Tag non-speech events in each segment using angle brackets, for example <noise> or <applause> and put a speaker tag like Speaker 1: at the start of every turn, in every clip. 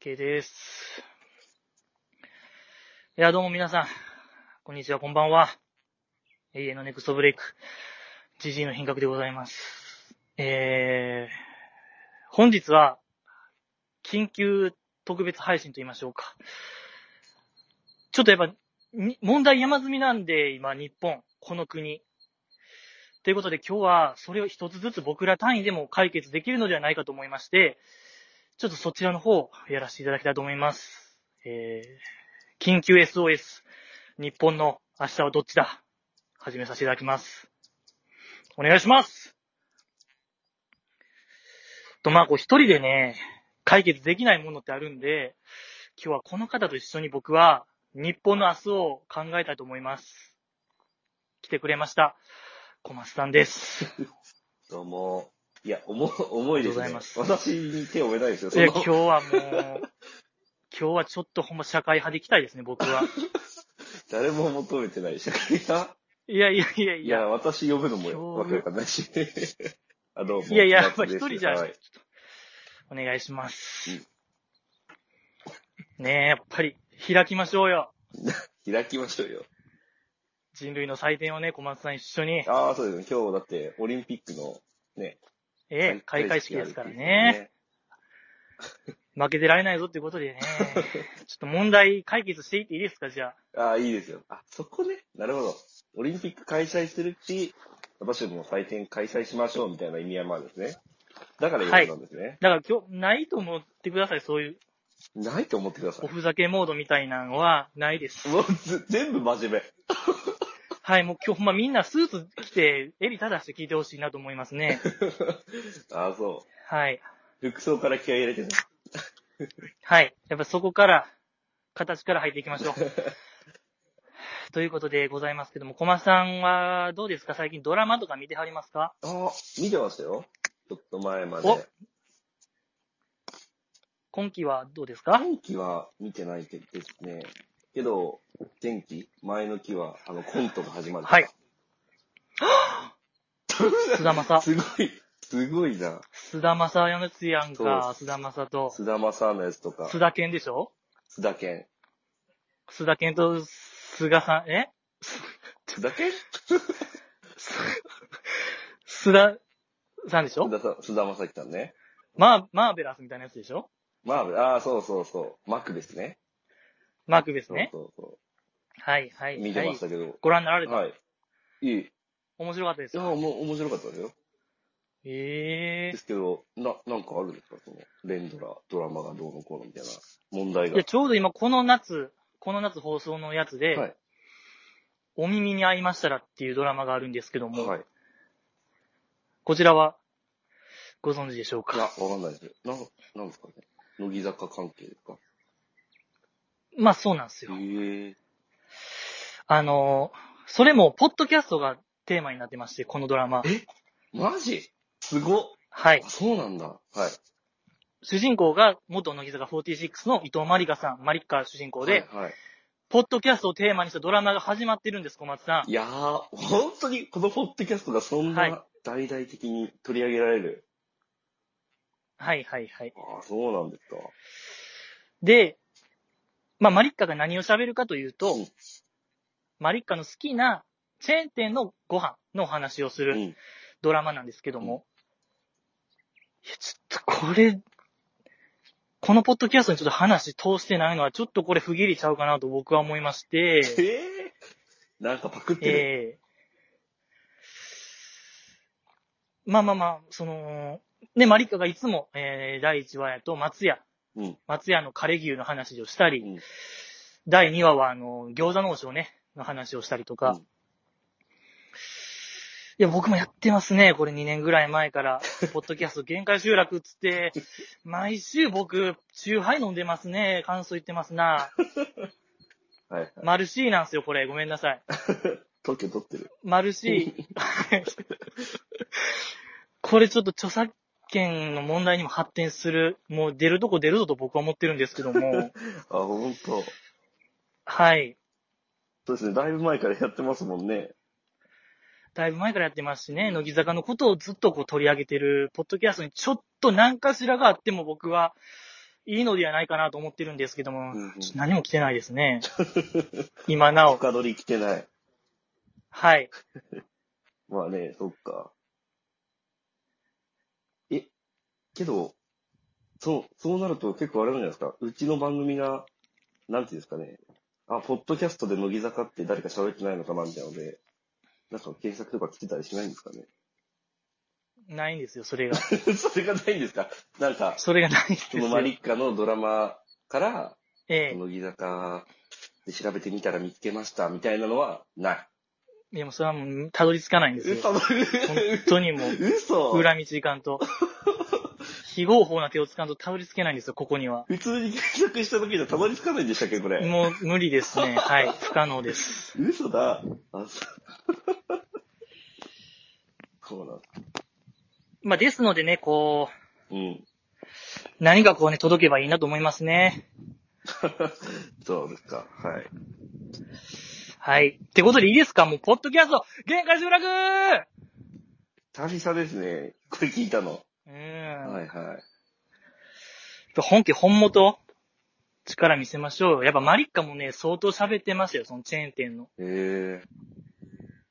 Speaker 1: OK です。いや、どうも皆さん。こんにちは、こんばんは。永遠のネクストブレイク。GG の品格でございます。えー、本日は、緊急特別配信と言いましょうか。ちょっとやっぱ、に問題山積みなんで、今、日本、この国。ということで今日は、それを一つずつ僕ら単位でも解決できるのではないかと思いまして、ちょっとそちらの方をやらせていただきたいと思います。えー、緊急 SOS、日本の明日はどっちだ始めさせていただきます。お願いしますと、まあ、こう一人でね、解決できないものってあるんで、今日はこの方と一緒に僕は日本の明日を考えたいと思います。来てくれました。小松さんです。
Speaker 2: どうも。いや、重、重いですね。
Speaker 1: ありがとうございます
Speaker 2: 私に手を負えないですよ、
Speaker 1: いや、
Speaker 2: の
Speaker 1: 今日はもう、今日はちょっとほんま社会派で行きたいですね、僕は。
Speaker 2: 誰も求めてないし。
Speaker 1: いやいやいや
Speaker 2: い
Speaker 1: いや。
Speaker 2: や、私呼ぶのも
Speaker 1: 今日
Speaker 2: わけわかんないし。 <laughs> あ、どうも。
Speaker 1: いやいや、やっ
Speaker 2: 夏
Speaker 1: ぱ
Speaker 2: です
Speaker 1: 一人じゃ、
Speaker 2: はい
Speaker 1: ちょっと、お願いします。ねえ、やっぱり、開きましょうよ。
Speaker 2: 開きましょうよ。
Speaker 1: 人類の祭典をね、小松さん一緒に。
Speaker 2: ああ、そうですね。今日だって、オリンピックのね、
Speaker 1: ええ、開会式ですからね。。負けてられないぞっていうことで
Speaker 2: <laughs>
Speaker 1: ね。ちょっと問題解決していっていいですか、じゃあ。
Speaker 2: ああ、いいですよ。あ、そこね。なるほど。オリンピック開催するし、私どもの祭典開催しましょうみたいな意味合いもあるんですね。だから呼んだんですね。
Speaker 1: だから今日、ないと思ってください、そういう、
Speaker 2: ないと思ってくださ
Speaker 1: お
Speaker 2: い。
Speaker 1: ふざけモードみたいなのは、ないです。
Speaker 2: もうず全部真面目。
Speaker 1: はい、もう今日ほんまみんなスーツ着て、襟正して聞いてほしいなと思います
Speaker 2: <laughs>
Speaker 1: ね。
Speaker 2: ああ、そ
Speaker 1: はい。
Speaker 2: う。服装から気合い入れてね。
Speaker 1: はい。やっぱそこから、形から入っていきましょう。
Speaker 2: <laughs>
Speaker 1: ということでございますけども、小松さんはどうですか最近ドラマとか見てはりますか
Speaker 2: ああ、見てましたよ。ちょっと前ま
Speaker 1: お
Speaker 2: で。
Speaker 1: 今期はどうですか
Speaker 2: 今期は見てないですね。けど、前期、前の期は、あの、コントが始まる。
Speaker 1: はい。。菅田将
Speaker 2: <laughs> すごい、すごいな。
Speaker 1: 須田正やのつやん
Speaker 2: そ
Speaker 1: か
Speaker 2: う、
Speaker 1: 須田正と、
Speaker 2: 須田正のやつとか、
Speaker 1: 須田健でしょ
Speaker 2: 須田健。
Speaker 1: 須田健と菅さん、え
Speaker 2: 須田健
Speaker 1: 須田さんでし
Speaker 2: 須
Speaker 1: ょ
Speaker 2: 田さん、須田正樹さんね。
Speaker 1: マー、マーベラスみたいなやつでしょ
Speaker 2: マーベル、ああ、そうそうそう。マックですね。
Speaker 1: マークベス
Speaker 2: そう
Speaker 1: ね。
Speaker 2: そうそ
Speaker 1: はいは
Speaker 2: う。
Speaker 1: い。
Speaker 2: 見てまし
Speaker 1: は
Speaker 2: た
Speaker 1: い。
Speaker 2: けど。
Speaker 1: ご覧になられた。
Speaker 2: はい。いい。い
Speaker 1: 面白かったです
Speaker 2: や、
Speaker 1: か。
Speaker 2: もう面白かったですよ。
Speaker 1: え
Speaker 2: で
Speaker 1: え
Speaker 2: すけど、な、なんかあるんですかその、連ドラ、ドラマがどうのこうのみたいな問題
Speaker 1: い
Speaker 2: が
Speaker 1: や、。ちょうど今この夏、この夏放送のやつで、
Speaker 2: はい。
Speaker 1: お耳に合いましたらっていうドラマがあるんですけども、
Speaker 2: はい。
Speaker 1: こちらはご存知でしょう
Speaker 2: いや、
Speaker 1: か
Speaker 2: わかんないです。なん、なんですかね。乃木坂関係ですか。
Speaker 1: まあそうなんですよ。
Speaker 2: ええ。
Speaker 1: あのー、それも、ポッドキャストがテーマになってまして、このドラマ。
Speaker 2: マジすごっ
Speaker 1: はい
Speaker 2: あ、。そうなんだ。はい。
Speaker 1: 主人公が元乃木坂46の伊藤まりかさん、まりか主人公で、
Speaker 2: はい、はい。
Speaker 1: ポッドキャストをテーマにしたドラマが始まってるんです、小松さん。
Speaker 2: いやー、本当にこのポッドキャストがそん
Speaker 1: はい
Speaker 2: な大々的に取り上げられる。
Speaker 1: はいはいはい。
Speaker 2: ああ、そうなんですか。
Speaker 1: で、まあ、マリッカが何を喋るかというと、
Speaker 2: うん
Speaker 1: マリッカの好きなチェーン店のご飯のお話をす
Speaker 2: う
Speaker 1: る
Speaker 2: ん。
Speaker 1: ドラマなんですけども、いや、ちょっとこれ、このポッドキャストにちょっと話通してないのは、ちょっとこれ不義理ちゃうかなと僕は思いまし
Speaker 2: え
Speaker 1: て、
Speaker 2: <laughs> えなんかパクってる。
Speaker 1: ええまあまあまあ、その、ね、マリッカがいつも、えー、第1話やと松屋、
Speaker 2: うん。
Speaker 1: 松屋の枯れ牛の話をしたり、
Speaker 2: うん
Speaker 1: 第2話は、あの、餃子の王将ね、の話をしたりとか。
Speaker 2: うん
Speaker 1: いや、僕もやってますね。これ2年ぐらい前から、ポッドキャスト限界集落っつって、毎週僕、中杯飲んでますね。感想言ってますな。
Speaker 2: はいはい。
Speaker 1: マルシーなんですよ、これ。ごめんなさい。
Speaker 2: 特許取ってる。
Speaker 1: マルシー。 <laughs> これちょっと著作権の問題にも発展する、もう出るとこ出るぞと僕は思ってるんですけども、
Speaker 2: あ、本当。
Speaker 1: はい。
Speaker 2: そうですね。だいぶ前からやってますもんね。
Speaker 1: だいぶ前からやってますしね、乃木坂のことをずっとこう取り上げてる、ポッドキャストにちょっと何かしらがあっても僕はいいのではないかなと思ってるんですけども、
Speaker 2: うんうん
Speaker 1: ちょっと何も来てないです
Speaker 2: <laughs>
Speaker 1: ね。今なお。
Speaker 2: 深取り来てない。
Speaker 1: はい。
Speaker 2: まあね、そっか。え、けど、そう、そうなると結構あれなんじゃないですか。うちの番組が、なんていうんですかね。あ、ポッドキャストで乃木坂って誰か喋ってないのかなみたいなので、なんか検索とか来てたりしないんですかね。 <laughs>
Speaker 1: ないんですよ、それが。
Speaker 2: それがないんですかなんか、
Speaker 1: それがないんです
Speaker 2: そ
Speaker 1: よ
Speaker 2: の。マリッカのドラマから、
Speaker 1: え
Speaker 2: 乃木坂で調べてみたら見つけましたみたいなのはない。
Speaker 1: え。でもそれはもう、たどり着かないんですよ。
Speaker 2: 嘘だ
Speaker 1: 本当にもう。
Speaker 2: 嘘
Speaker 1: 裏道行かんと。非合法な手をつかんとたどり着けないんですよ、ここには。
Speaker 2: 普通に検索した時じゃたどり着かないんでしたっけこれ。
Speaker 1: もう無理ですね。はい。不可能です。
Speaker 2: 嘘だ。あ、そう。そうなん
Speaker 1: まあ、ですのでね、こ
Speaker 2: うん。
Speaker 1: う、何かこうね、届けばいいなと思いますね。
Speaker 2: そうですか。はい。
Speaker 1: はい。ってことでいいですかもう、ポッドキャスト、限界集落
Speaker 2: 久々ですね。これ聞いたの。
Speaker 1: うー
Speaker 2: は
Speaker 1: ん。
Speaker 2: いはい。
Speaker 1: 本家本元、力見せましょうよ。やっぱマリッカもね、相当喋ってますよ、そのチェーン店の。
Speaker 2: え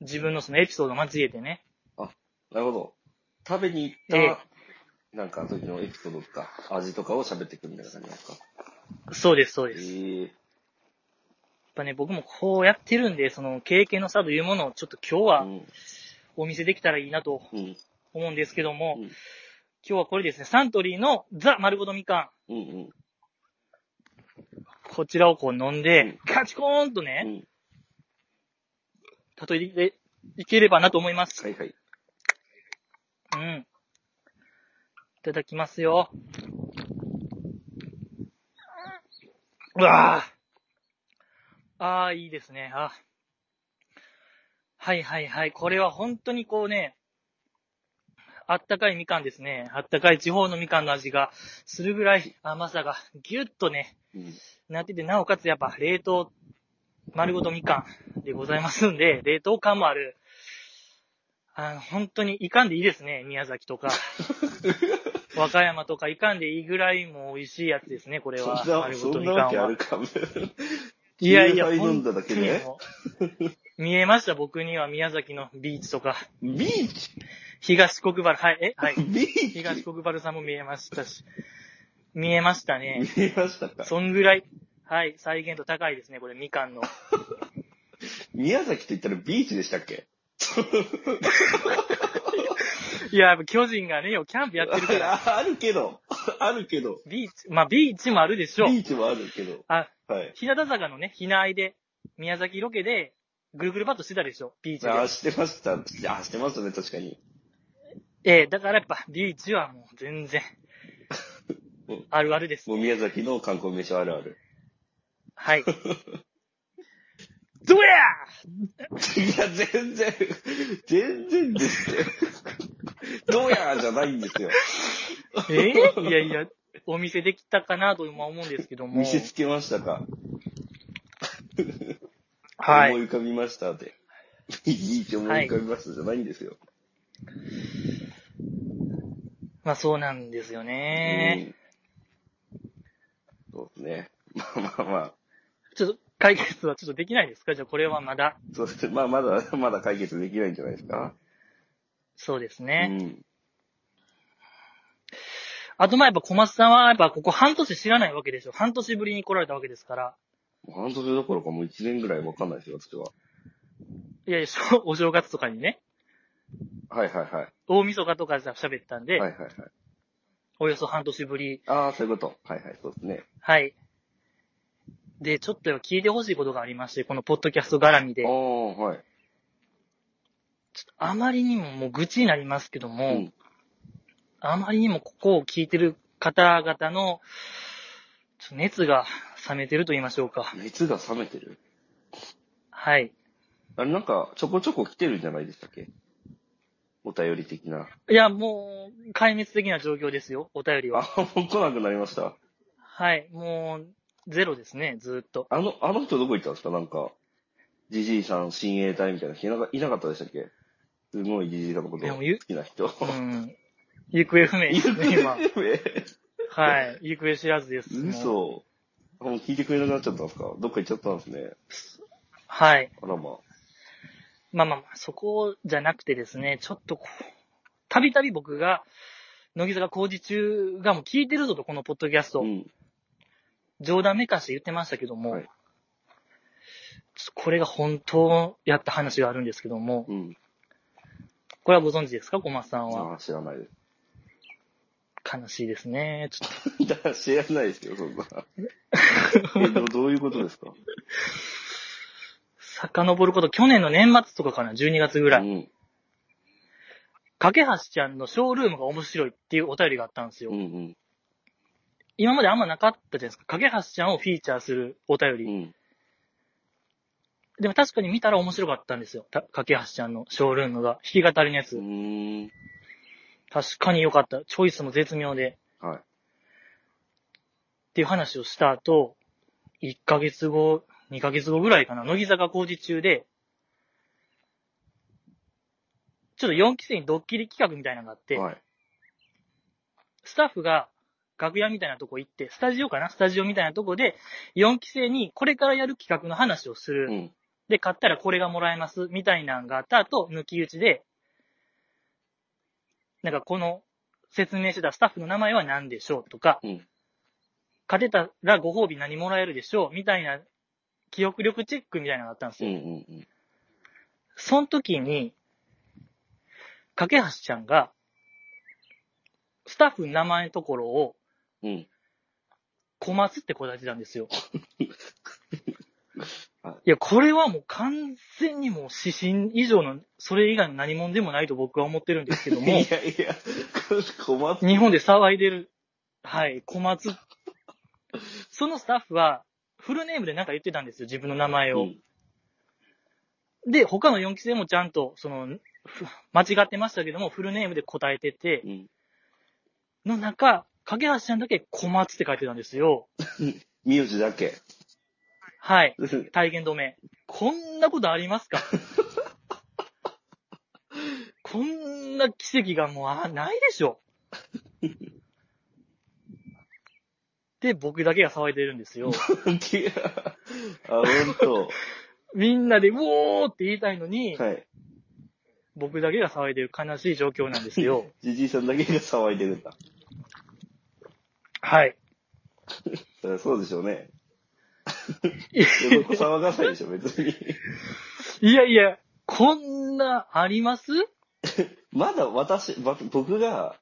Speaker 1: 自分のそのエピソード交えてね。
Speaker 2: ー、なるほど。食べに行った、
Speaker 1: え
Speaker 2: なんか時のエピソードとか、味とかを喋ってくるみたいな感じなんですか。
Speaker 1: そうです、そう
Speaker 2: え
Speaker 1: です。やっ
Speaker 2: ー、
Speaker 1: ぱね、僕もこうやってるんで、その経験の差というものをちょっと今日は
Speaker 2: うん。
Speaker 1: お見せできたらいいなと
Speaker 2: うん。
Speaker 1: 思うんですけども、
Speaker 2: うん
Speaker 1: 今日はこれですね、サントリーのザ・丸ごとみか
Speaker 2: うんうん。
Speaker 1: ん、こちらをこう飲ん
Speaker 2: う
Speaker 1: で
Speaker 2: ん、
Speaker 1: カチコーンと
Speaker 2: う
Speaker 1: ね、
Speaker 2: ん。
Speaker 1: 例えていければなと思います。
Speaker 2: はいはい。
Speaker 1: うん。いただきますよ。うわぁ。ああ、いいですね。あはいはいはい。これは本当にこうね、あったかいみかんですね。あったかい地方のみかんの味がするぐらい甘さがぎゅっとね、
Speaker 2: うん。
Speaker 1: なってて、なおかつやっぱ冷凍、丸ごとみかんでございますんで、冷凍感もある。あの、本当にいかんでいいですね。宮崎
Speaker 2: <laughs>
Speaker 1: とか、和歌山とかいかんでいいぐらいもう美味しいやつですね、これ
Speaker 2: そ
Speaker 1: は。
Speaker 2: んな、
Speaker 1: 丸ご
Speaker 2: そ
Speaker 1: と
Speaker 2: ん
Speaker 1: みかん
Speaker 2: なわけあ
Speaker 1: は
Speaker 2: る。か。
Speaker 1: いやいや、
Speaker 2: 牛乳飲ん
Speaker 1: 本
Speaker 2: だだ
Speaker 1: 当
Speaker 2: け
Speaker 1: に
Speaker 2: で
Speaker 1: もう見えました、僕には宮崎のビーチとか、
Speaker 2: <laughs> ビーチ
Speaker 1: 東国原、はい、え、はい。
Speaker 2: ビー
Speaker 1: 東
Speaker 2: チ
Speaker 1: 国原さんも見えましたし、見えましたね。
Speaker 2: 見えましたか
Speaker 1: そんぐらい、はい、再現度高いですね、これ、みかんの。
Speaker 2: 宮崎と言ったらビーチでしたっけ
Speaker 1: いや、やっぱ巨人がね、よ、キャンプやってる
Speaker 2: <laughs>
Speaker 1: から、
Speaker 2: ああるけど、あるけど、
Speaker 1: ビーチ、まあ、ビーチもあるでしょう。
Speaker 2: ビーチもあるけど、
Speaker 1: あ、
Speaker 2: はい。
Speaker 1: 日向坂のね、ひなあいで、宮崎ロケで、ぐるぐるバットしてたでしょ、ビーチ
Speaker 2: あ
Speaker 1: で
Speaker 2: あ、。してました。ああ、してましたね、確かに。
Speaker 1: ええだからやっぱ、ビーチはもう全
Speaker 2: <laughs>
Speaker 1: 然
Speaker 2: うん、
Speaker 1: あるあるです。
Speaker 2: もう宮崎の観光名所あるある。
Speaker 1: はい。
Speaker 2: <laughs>
Speaker 1: どうや
Speaker 2: いや、全然、全然ですって。どうやーじゃないんですよ。
Speaker 1: ええいやいや、お見せできたかなと今思うんですけども。
Speaker 2: 見せつけましたか。
Speaker 1: は
Speaker 2: 思い
Speaker 1: い。
Speaker 2: 浮かびましたで。ビーチ思い浮かびましたじゃないんですよ。
Speaker 1: まあそうなんですよね。
Speaker 2: うんそうですね。まあまあまあ。
Speaker 1: ちょっと解決はちょっとできないですかじゃあこれはまだ。
Speaker 2: そうですね。まあ、まだ、まだ解決できないんじゃないですか。
Speaker 1: そうです
Speaker 2: う
Speaker 1: ね。
Speaker 2: ん。
Speaker 1: あとまあやっぱ小松さんはやっぱここ半年知らないわけでしょ。半年ぶりに来られたわけですから。
Speaker 2: 半年どころかもう1年ぐらいわかんないですよ、私は。
Speaker 1: いやいや、そうお正月とかにね、
Speaker 2: はいはいはい。
Speaker 1: 大晦日とかで喋ったんで、
Speaker 2: はいはいはい。
Speaker 1: およそ半年ぶり。
Speaker 2: ああ、そういうこと。はいはい、そうですね。
Speaker 1: はい。で、ちょっとやっぱ聞いてほしいことがありまして、このポッドキャスト絡みで
Speaker 2: あ。あ、はい。
Speaker 1: あまりにももう愚痴になりますけど
Speaker 2: う
Speaker 1: も、
Speaker 2: ん。
Speaker 1: あまりにもここを聞いてる方々の、ちょっと熱が冷めてると言いましょうか。
Speaker 2: 熱が冷めてる
Speaker 1: はい。
Speaker 2: あれなんか、ちょこちょこ来てるんじゃないでしたっけお便り的な。
Speaker 1: いや、もう、壊滅的な状況ですよ、お便りは。
Speaker 2: あ、もう来なくなりました。
Speaker 1: はい。もう、ゼロですね、ずーっと。
Speaker 2: あの、あの人どこ行ったんですかなんか、ジジイさん、親衛隊みたいな人いなかいなかったでしたっけすご <laughs> いジジイさんのこと
Speaker 1: で
Speaker 2: 好
Speaker 1: もゆ
Speaker 2: きな人。
Speaker 1: うん。行方不明ですね、今。
Speaker 2: え
Speaker 1: はい。行方知らずです。もう
Speaker 2: 嘘。あもう聞いてくれなくなっちゃったんですかどっか行っちゃったんですね。
Speaker 1: はい。
Speaker 2: あらま
Speaker 1: まあまあまあ、そこじゃなくてですね、ちょっとこう、たびたび僕が、乃木坂工事中がもう聞いてるぞと、このポッドキャス
Speaker 2: あ。
Speaker 1: ト。
Speaker 2: うん。
Speaker 1: 冗談めかして言ってましたけども、
Speaker 2: はい
Speaker 1: ちょっとこれが本当やった話があるんですけども、
Speaker 2: うん。
Speaker 1: これはご存知ですか小松さんは。
Speaker 2: ああ、知らないで <laughs>
Speaker 1: 悲しいですね。ちょっと
Speaker 2: す。だから知らないですよ、そ
Speaker 1: <laughs>
Speaker 2: んな。え、でもどういうことですか
Speaker 1: 遡ること、去年の年末とかかな、12月ぐらい。
Speaker 2: うん。
Speaker 1: 架け橋ちゃんのショールームが面白いっていうお便りがあったんですよ。
Speaker 2: うんうん。
Speaker 1: 今まであんまなかったじゃないですか。架け橋ちゃんをフィーチャーするお便
Speaker 2: う
Speaker 1: り。
Speaker 2: ん。
Speaker 1: でも確かに見たら面白かったんですよ。た架け橋ちゃんのショールームが。弾き語りのや
Speaker 2: う
Speaker 1: つ。
Speaker 2: ーん。
Speaker 1: 確かに良かった。チョイスも絶妙で。
Speaker 2: はい。
Speaker 1: っていう話をした後、1ヶ月後、2ヶ月後ぐらいかな、乃木坂工事中で、ちょっと4期生にドッキリ企画みたいなのがあって、
Speaker 2: はい。
Speaker 1: スタッフが楽屋みたいなとこ行って、スタジオかなスタジオみたいなとこで、4期生にこれからやる企画の話をする。
Speaker 2: うん。
Speaker 1: で、買ったらこれがもらえます、みたいなんがあった後、抜き打ちで、なんかこの説明してたスタッフの名前は何でしょうとか、
Speaker 2: うん
Speaker 1: 勝てたらご褒美何もらえるでしょうみたいな記憶力チェックみたいなのがあったんです
Speaker 2: うんう
Speaker 1: よ。
Speaker 2: んうん。
Speaker 1: その時に、架橋ちゃんが、スタッフの名前のところを、
Speaker 2: うん。
Speaker 1: 小松って答えてたんですよ
Speaker 2: <laughs> はい。
Speaker 1: いや、これはもう完全にもう指針以上の、それ以外の何者でもないと僕は思ってるんですけど
Speaker 2: いや
Speaker 1: も、
Speaker 2: いや、困っ
Speaker 1: 日本で騒いでる、はい、小松。そのスタッフは、フルネームで何か言ってたんですよ、自分の名前
Speaker 2: う
Speaker 1: を。
Speaker 2: ん。
Speaker 1: で、他の4期生もちゃんと、その、ふ間違ってましたけども、フルネームで答えてて、
Speaker 2: うん。
Speaker 1: の中、架橋ちゃんだけ小松って書いてたんですよ。
Speaker 2: 名字だけ。 <laughs>
Speaker 1: はい。体言止め。こんなことありますかこんな奇跡がもうあないでしょ。で、僕だけが騒いでるんですよ。
Speaker 2: いや、あ、本
Speaker 1: みんなで、ウォーって言いたいのに、
Speaker 2: 当。はい。
Speaker 1: 僕だけが騒いでる悲しい状況なんです
Speaker 2: <laughs>
Speaker 1: よ。
Speaker 2: じじいさんだけが騒いでるんだ。
Speaker 1: はい。
Speaker 2: そりゃそうでしょうね。
Speaker 1: <laughs> いや
Speaker 2: いやそこ騒がないでしょ、別に。
Speaker 1: いやいや、こんなあります
Speaker 2: まだ私、ば僕が、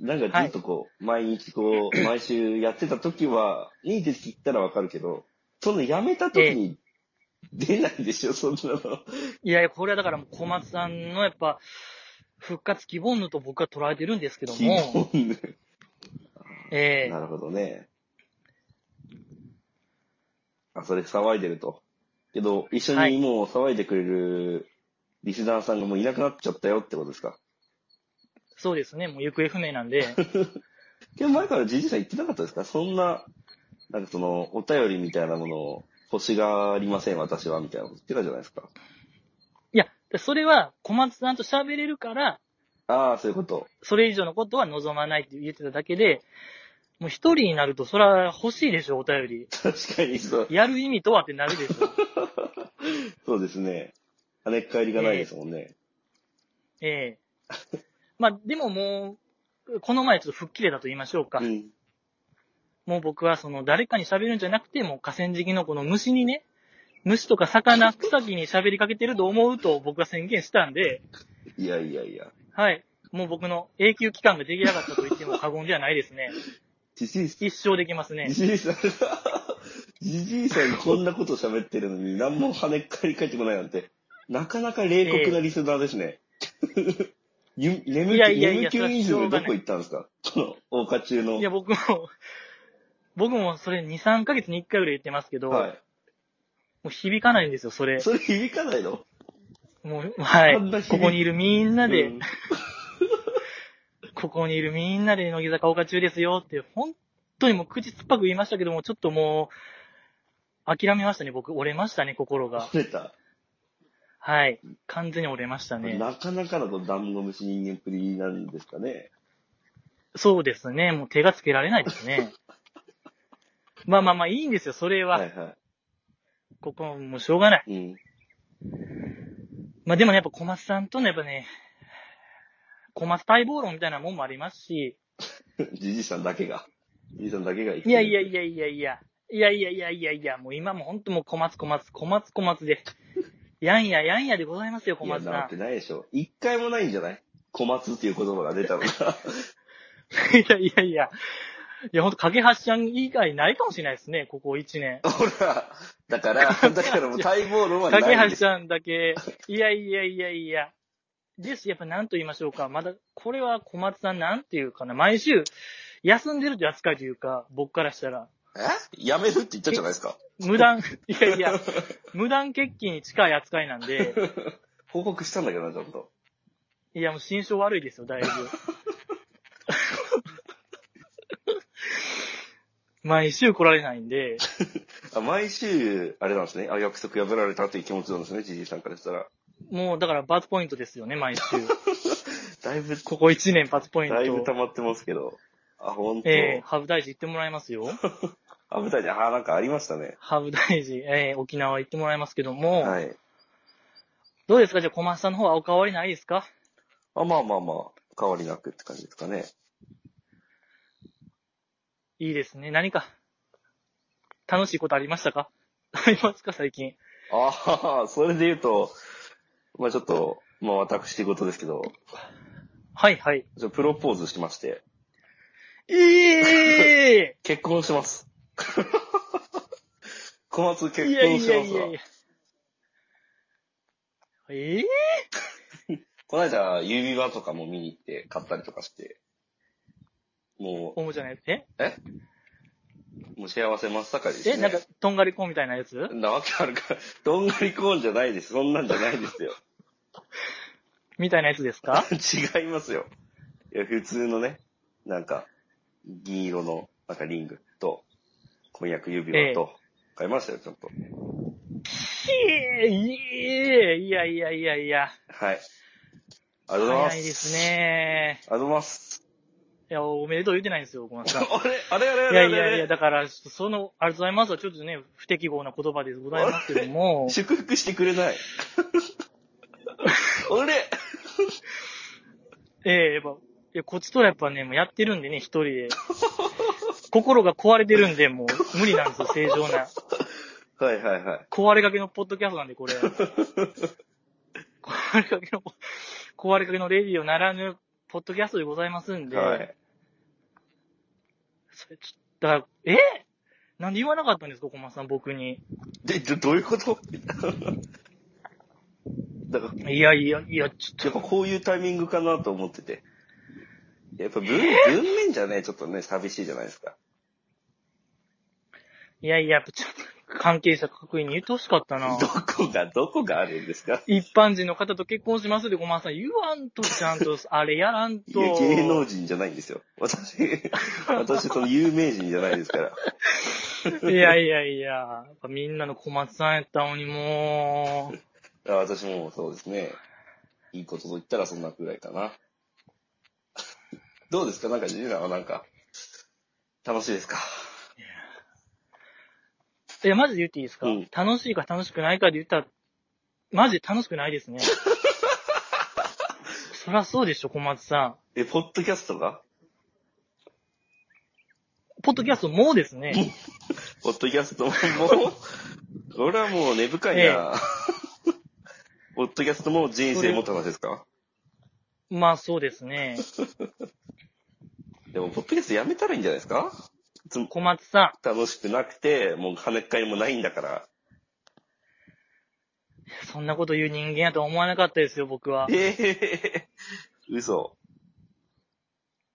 Speaker 2: なんかずっとこう、毎日こ
Speaker 1: <clears throat>
Speaker 2: う、毎週やってた時は、に出てきたらわかるけど、そのやめた時に出ないでしょ、そんなの。
Speaker 1: いやいや、これはだからもう小松さんのやっぱ、復活希望のと僕は捉えてるんですけど
Speaker 2: 基
Speaker 1: も、
Speaker 2: 本ね。
Speaker 1: ええ
Speaker 2: なるほどね。あ、それ騒いでると。けど、一緒
Speaker 1: は
Speaker 2: に
Speaker 1: い
Speaker 2: もう騒いでくれるリスナーさんがもういなくなっちゃったよってことですか。
Speaker 1: そうですね、もう行方不明なんで。 <laughs>
Speaker 2: けど前からじじさん言ってなかったですかそんな、なんかその、お便りみたいなものを欲しがりません、私は、みたいなこと言ってたじゃないですか。
Speaker 1: いや、それは小松さんと喋れるから、
Speaker 2: ああ、そういうこと。 <laughs>
Speaker 1: それ以上のことは望まないって言ってただけで、もう一人になるとそれは欲しいでしょ、お便り。
Speaker 2: 確かにそう。
Speaker 1: やる意味とはってなるでしょ。
Speaker 2: そうですね。跳ねっ返りがないですもんね。
Speaker 1: ええまあ、でももう、この前ちょっと吹っ切れたと言いましょうか。
Speaker 2: うん。
Speaker 1: もう僕はその誰かに喋るんじゃなくて、もう河川敷のこの虫にね、虫とか魚、草木に喋りかけてると思うと僕は宣言したんで、
Speaker 2: いやいやいや。
Speaker 1: はい。もう僕の永久期間ができなかったと言っても過言ではないですね。
Speaker 2: じじいさん
Speaker 1: 一生できますね
Speaker 2: じ。じいさん、 <laughs> じじいさんがこんなこと喋ってるのに何も跳ねっ返り返ってこないなんて、なかなか冷酷なリスナーですね。 <laughs> ゆ眠
Speaker 1: いやいやいや
Speaker 2: 気眠気イズム
Speaker 1: それはしょうが
Speaker 2: ど
Speaker 1: ない
Speaker 2: こ行ったんですかこの、大花中の。
Speaker 1: いや、僕も、僕もそれ2、3ヶ月に1回ぐらい言ってますけど、
Speaker 2: は
Speaker 1: もう響かないんですよ、それ
Speaker 2: い。。 <laughs> それ響かないの
Speaker 1: もう、はい
Speaker 2: あんな。響
Speaker 1: こ
Speaker 2: く
Speaker 1: こにいるみんなで、
Speaker 2: うん
Speaker 1: ここにいるみんなで乃木坂岡中ですよって、本当にもう口酸っぱく言いましたけども、ちょっともう、諦めましたね、僕。折れましたね、心が。
Speaker 2: 折れた。
Speaker 1: はい。完全に折れましたね。
Speaker 2: なかなかのこうダンゴムシ人間っぷりなんですかね。
Speaker 1: そうですね。もう手がつけられないです
Speaker 2: <laughs>
Speaker 1: ね。まあまあまあ、いいんですよ。それは。
Speaker 2: はいは
Speaker 1: ここ、もうしょうがない。
Speaker 2: い。うん。 <laughs>
Speaker 1: まあでもね、やっぱ小松さんとのやっぱね、小松待望論みたいなもんもありますし、
Speaker 2: じじさんだけが。じじさんだけが生きて
Speaker 1: い
Speaker 2: る
Speaker 1: やいやいやいやいや、いやいやいやいやいや、もう今も本当もう小松小松、小松小松で、やんややんやでございますよ、小松
Speaker 2: いや、な
Speaker 1: さ
Speaker 2: っ
Speaker 1: ん
Speaker 2: て。ないでしょ。一回もないんじゃない小松っていう言葉が <laughs> 出たのが。
Speaker 1: いやいやいや、いやほんと、架橋ちゃん以外ないかもしれないですね、ここ1年。
Speaker 2: ほら、だから、
Speaker 1: <laughs>
Speaker 2: だからもう待望論は
Speaker 1: 架
Speaker 2: ないんで
Speaker 1: 橋
Speaker 2: す。
Speaker 1: ちゃんだけ、いやいやいやいや。です、やっぱ何と言いましょうか。まだ、これは小松さんなんていうかな。毎週、休んでるという扱いというか、僕からしたら、
Speaker 2: えやめるって言ったじゃないですか。
Speaker 1: 無断、 <laughs> いやいや、無断欠勤に近い扱いなんで、
Speaker 2: <laughs> 報告したんだけどな、ちょっと。
Speaker 1: いやもう心象悪いですよ、だいぶ。 <laughs> 毎週来られないんで、
Speaker 2: あ毎週、あれなんですね。あ、約束破られたという気持ちなんですね、じじいさんからしたら。
Speaker 1: もうだからバツポイントですよね、毎週。
Speaker 2: だいぶ、
Speaker 1: ここ1年バツポイン
Speaker 2: だいぶ
Speaker 1: ト
Speaker 2: 溜。まってますけど。あ、ほんと。
Speaker 1: えー、ハブ大臣行ってもらいますよ。 <laughs>
Speaker 2: あ、舞台で、あ、なんかありましたね。
Speaker 1: ハブ大臣、えー、沖縄行ってもらいますけども、
Speaker 2: はい。
Speaker 1: どうですかじゃあ小松さんの方はお変わりないですか
Speaker 2: あ、まあまあまあ、変わりなくって感じですかね。
Speaker 1: いいですね。何か、楽しいことありましたか <laughs> ありますか最近。
Speaker 2: ああ、それで言うと、まあちょっと、まあ私事ですけど、
Speaker 1: はいはい。
Speaker 2: ちょプロポーズしまして、
Speaker 1: ええ
Speaker 2: 結婚し <laughs> ます。小松結
Speaker 1: いや
Speaker 2: 婚
Speaker 1: い
Speaker 2: し
Speaker 1: や
Speaker 2: ま
Speaker 1: い
Speaker 2: すわ
Speaker 1: やいや。ええ
Speaker 2: この間、指輪とかも見に行って買ったりとかして、も
Speaker 1: おもちゃのやつえ
Speaker 2: う、もう幸せ真っ盛りです、ね。
Speaker 1: え、なんか、とんがりこみたいなやつ
Speaker 2: なわけあるか。どんがりコーンじゃないです。そんなんじゃないですよ。
Speaker 1: みたいなやつですか
Speaker 2: <laughs> 違いますよ。いや、普通のね、なんか、銀色の、なんかリングと、婚約指輪と、買いましたよ、ちゃんと。
Speaker 1: ひええいやいやいやいや。
Speaker 2: はい。ありがとうございます。
Speaker 1: 早いですね。
Speaker 2: ありがとうござ
Speaker 1: <laughs>
Speaker 2: います。
Speaker 1: いや、おめでとう言ってないんですよ、小松さん。
Speaker 2: あれあれあれあ
Speaker 1: い
Speaker 2: れ
Speaker 1: や
Speaker 2: あ
Speaker 1: い
Speaker 2: れ
Speaker 1: やいや、だから、その、ありがとうございますはちょっとね、不適合な言葉でございますけども、
Speaker 2: 祝福してくれ
Speaker 1: <laughs>
Speaker 2: ない。俺
Speaker 1: ええやっぱ、いや、こっちとらやっぱね、もうやってるんでね、一人で。心が壊れてるんで、もう、無理なんですよ、正常な。
Speaker 2: はいはいはい。
Speaker 1: 壊れかけのポッドキャストなんで、
Speaker 2: <laughs>
Speaker 1: これ。壊れかけの、壊れかけのレディオならぬ、ポッドキャストでございますんで、
Speaker 2: はい。
Speaker 1: それちょだから、えなんで言わなかったんですか、小松さん、僕に。
Speaker 2: で、どどういうこと <laughs> だから、
Speaker 1: いやいや、いや、ち
Speaker 2: やっぱこういうタイミングかなと思ってて。やっぱ文、文面じゃね、ちょっとね、寂しいじゃないですか。
Speaker 1: いやいや、やっぱちょっと、関係者各位に言ってほしかった
Speaker 2: <laughs>
Speaker 1: な
Speaker 2: ど。こが、どこがあるんですか
Speaker 1: 一般人の方と結婚しますってごまさん言わんとちゃん
Speaker 2: <laughs>
Speaker 1: と、あれやらん
Speaker 2: い
Speaker 1: と。
Speaker 2: や、芸能人じゃないんですよ。私、私、その有名人じゃないですから。
Speaker 1: いやいやいや、やっぱみんなの小松さんやったのにも
Speaker 2: あ私もそうですね。いいことと言ったらそんなくらいかな。どうですかなんか、ジュナはなんか、楽しいですか
Speaker 1: う。いや、マジで言っていいですか、
Speaker 2: うん
Speaker 1: 楽しいか楽しくないかで言ったら、マジで楽しくないです
Speaker 2: <laughs>
Speaker 1: ね。そりゃそうでしょ、小松さ
Speaker 2: え、ポッドキャストが
Speaker 1: ん。ポッドキャストもうですね。
Speaker 2: ポッドキャストも、もう、これはもう根深いな。
Speaker 1: ええ
Speaker 2: ポッドキャストも人生もって話ですか
Speaker 1: まあそうですね。
Speaker 2: でも、ポッドキャストやめたらいいんじゃないですかいつも
Speaker 1: 小松さ
Speaker 2: 楽しくなくて、もう跳ねっかいもないんだから。
Speaker 1: ん、そんなこと言う人間やとは思わなかったですよ、僕は。
Speaker 2: ええ嘘。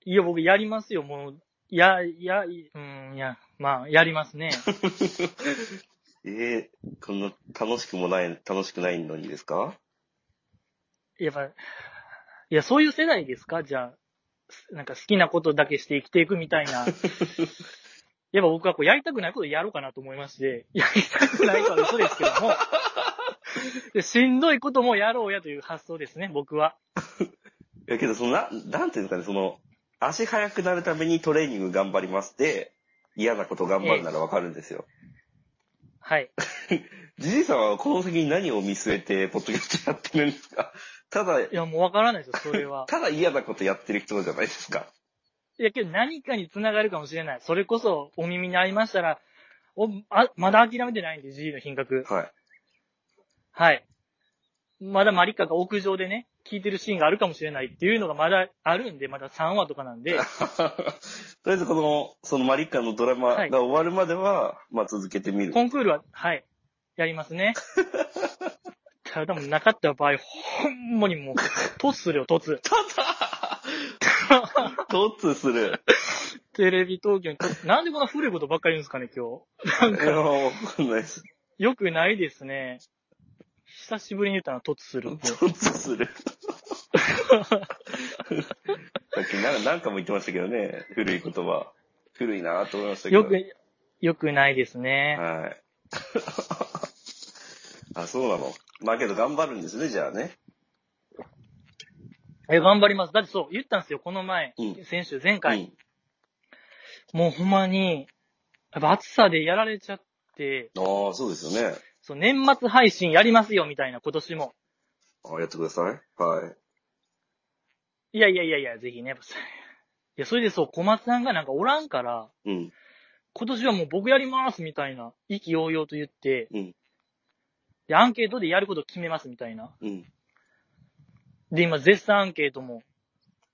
Speaker 1: いや、僕やりますよ、もう。や、や、いうん、いや、まあ、やりますね。
Speaker 2: ええこんな楽しくもない、楽しくないのにですか
Speaker 1: やっぱ、いや、そういう世代ですかじゃあ、すなんか好きなことだけして生きていくみたいな。やっぱ僕はこうやりたくないことやろうかなと思いまして、やりたくないとは嘘ですけども、でしんどいこともやろうやという発想ですね、僕は。
Speaker 2: いやけど、そのな、なんていうんですかね、その、足速くなるためにトレーニング頑張りますで、嫌なこと頑張るならわかるんですよ。
Speaker 1: はい。
Speaker 2: じじいさんはこの先に何を見据えて、ポッドキャストやってるんですか <laughs> ただ、。
Speaker 1: いや、もうわからないですよ、それは
Speaker 2: ただ嫌なことやってる人じゃないですか。
Speaker 1: いや、けど何かに繋がるかもしれない。それこそ、お耳に合いましたら、お、あ、まだ諦めてないんで、G の品格。
Speaker 2: はい。 <laughs>
Speaker 1: はい。まだマリカが屋上でね、聞いてるシーンがあるかもしれないっていうのがまだあるんで、まだ3話とかなん
Speaker 2: <laughs>
Speaker 1: で、
Speaker 2: とりあえずこの、そのマリッカのドラマが終わるまでは、まあ続けてみる。
Speaker 1: コンクールは、はい、やります
Speaker 2: <laughs>
Speaker 1: ね。ただもうなかった場合、ほんまにもう、突するよ、突。
Speaker 2: トッツーする。
Speaker 1: テレビ東京に突、なんでこんな古いことばっかり言うんですかね、今日。なん
Speaker 2: いや、
Speaker 1: か、
Speaker 2: わかんないです。
Speaker 1: よくないですね。久しぶりに言ったな、突するって。
Speaker 2: トッツーする。さっきなんかなんかも言ってましたけどね、古い言葉。古いなと思いましたけど。
Speaker 1: よく、よくないですね。
Speaker 2: はい。 <laughs> あ、そうなの。まあけど頑張るんですね、じゃあね。
Speaker 1: え、頑張ります。だってそう、言ったんですよ、この前。
Speaker 2: うん
Speaker 1: 先週、前回。もうほんまに、やっぱ暑さでやられちゃって、
Speaker 2: うん。ああ、そうですよね。
Speaker 1: そう、年末配信やりますよ、みたいな、今年も。
Speaker 2: あやってください。はい。
Speaker 1: いやいやいやいや、ぜひね、やっぱ <laughs> さいや、それでそう、小松さんがなんかおらんから、
Speaker 2: うん。
Speaker 1: 今年はもう僕やります、みたいな、意気揚々と言って、
Speaker 2: うん。
Speaker 1: で、アンケートでやること決めます、みたいな。
Speaker 2: うん。
Speaker 1: で、今、絶賛アンケートも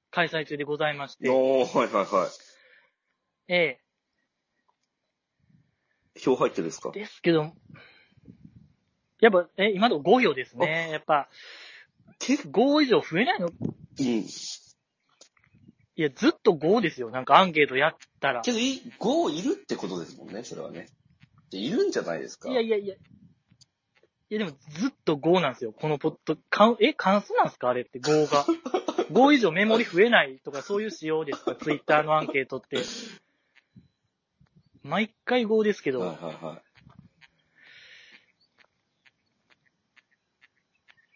Speaker 1: 開催中でございまして、
Speaker 2: おー、はいはいは
Speaker 1: ええ、
Speaker 2: い。票入ってるんですか
Speaker 1: ですけど、やっぱ、え、今のとこ5票ですね。やっぱ、
Speaker 2: 結
Speaker 1: 5以上増えないの
Speaker 2: うん。
Speaker 1: いや、ずっと5ですよ。なんかアンケートやったら。
Speaker 2: けどい、5いるってことですもんね、それはね。でいるんじゃないですか。
Speaker 1: いやいやいや。いや、でもずっと5なんですよ。このポッド、かんえ、関数なんですかあれって5が。5以上メモリ増えないとか、そういう仕様ですかツイッターのアンケートって。毎回5ですけど、
Speaker 2: はいはいはい。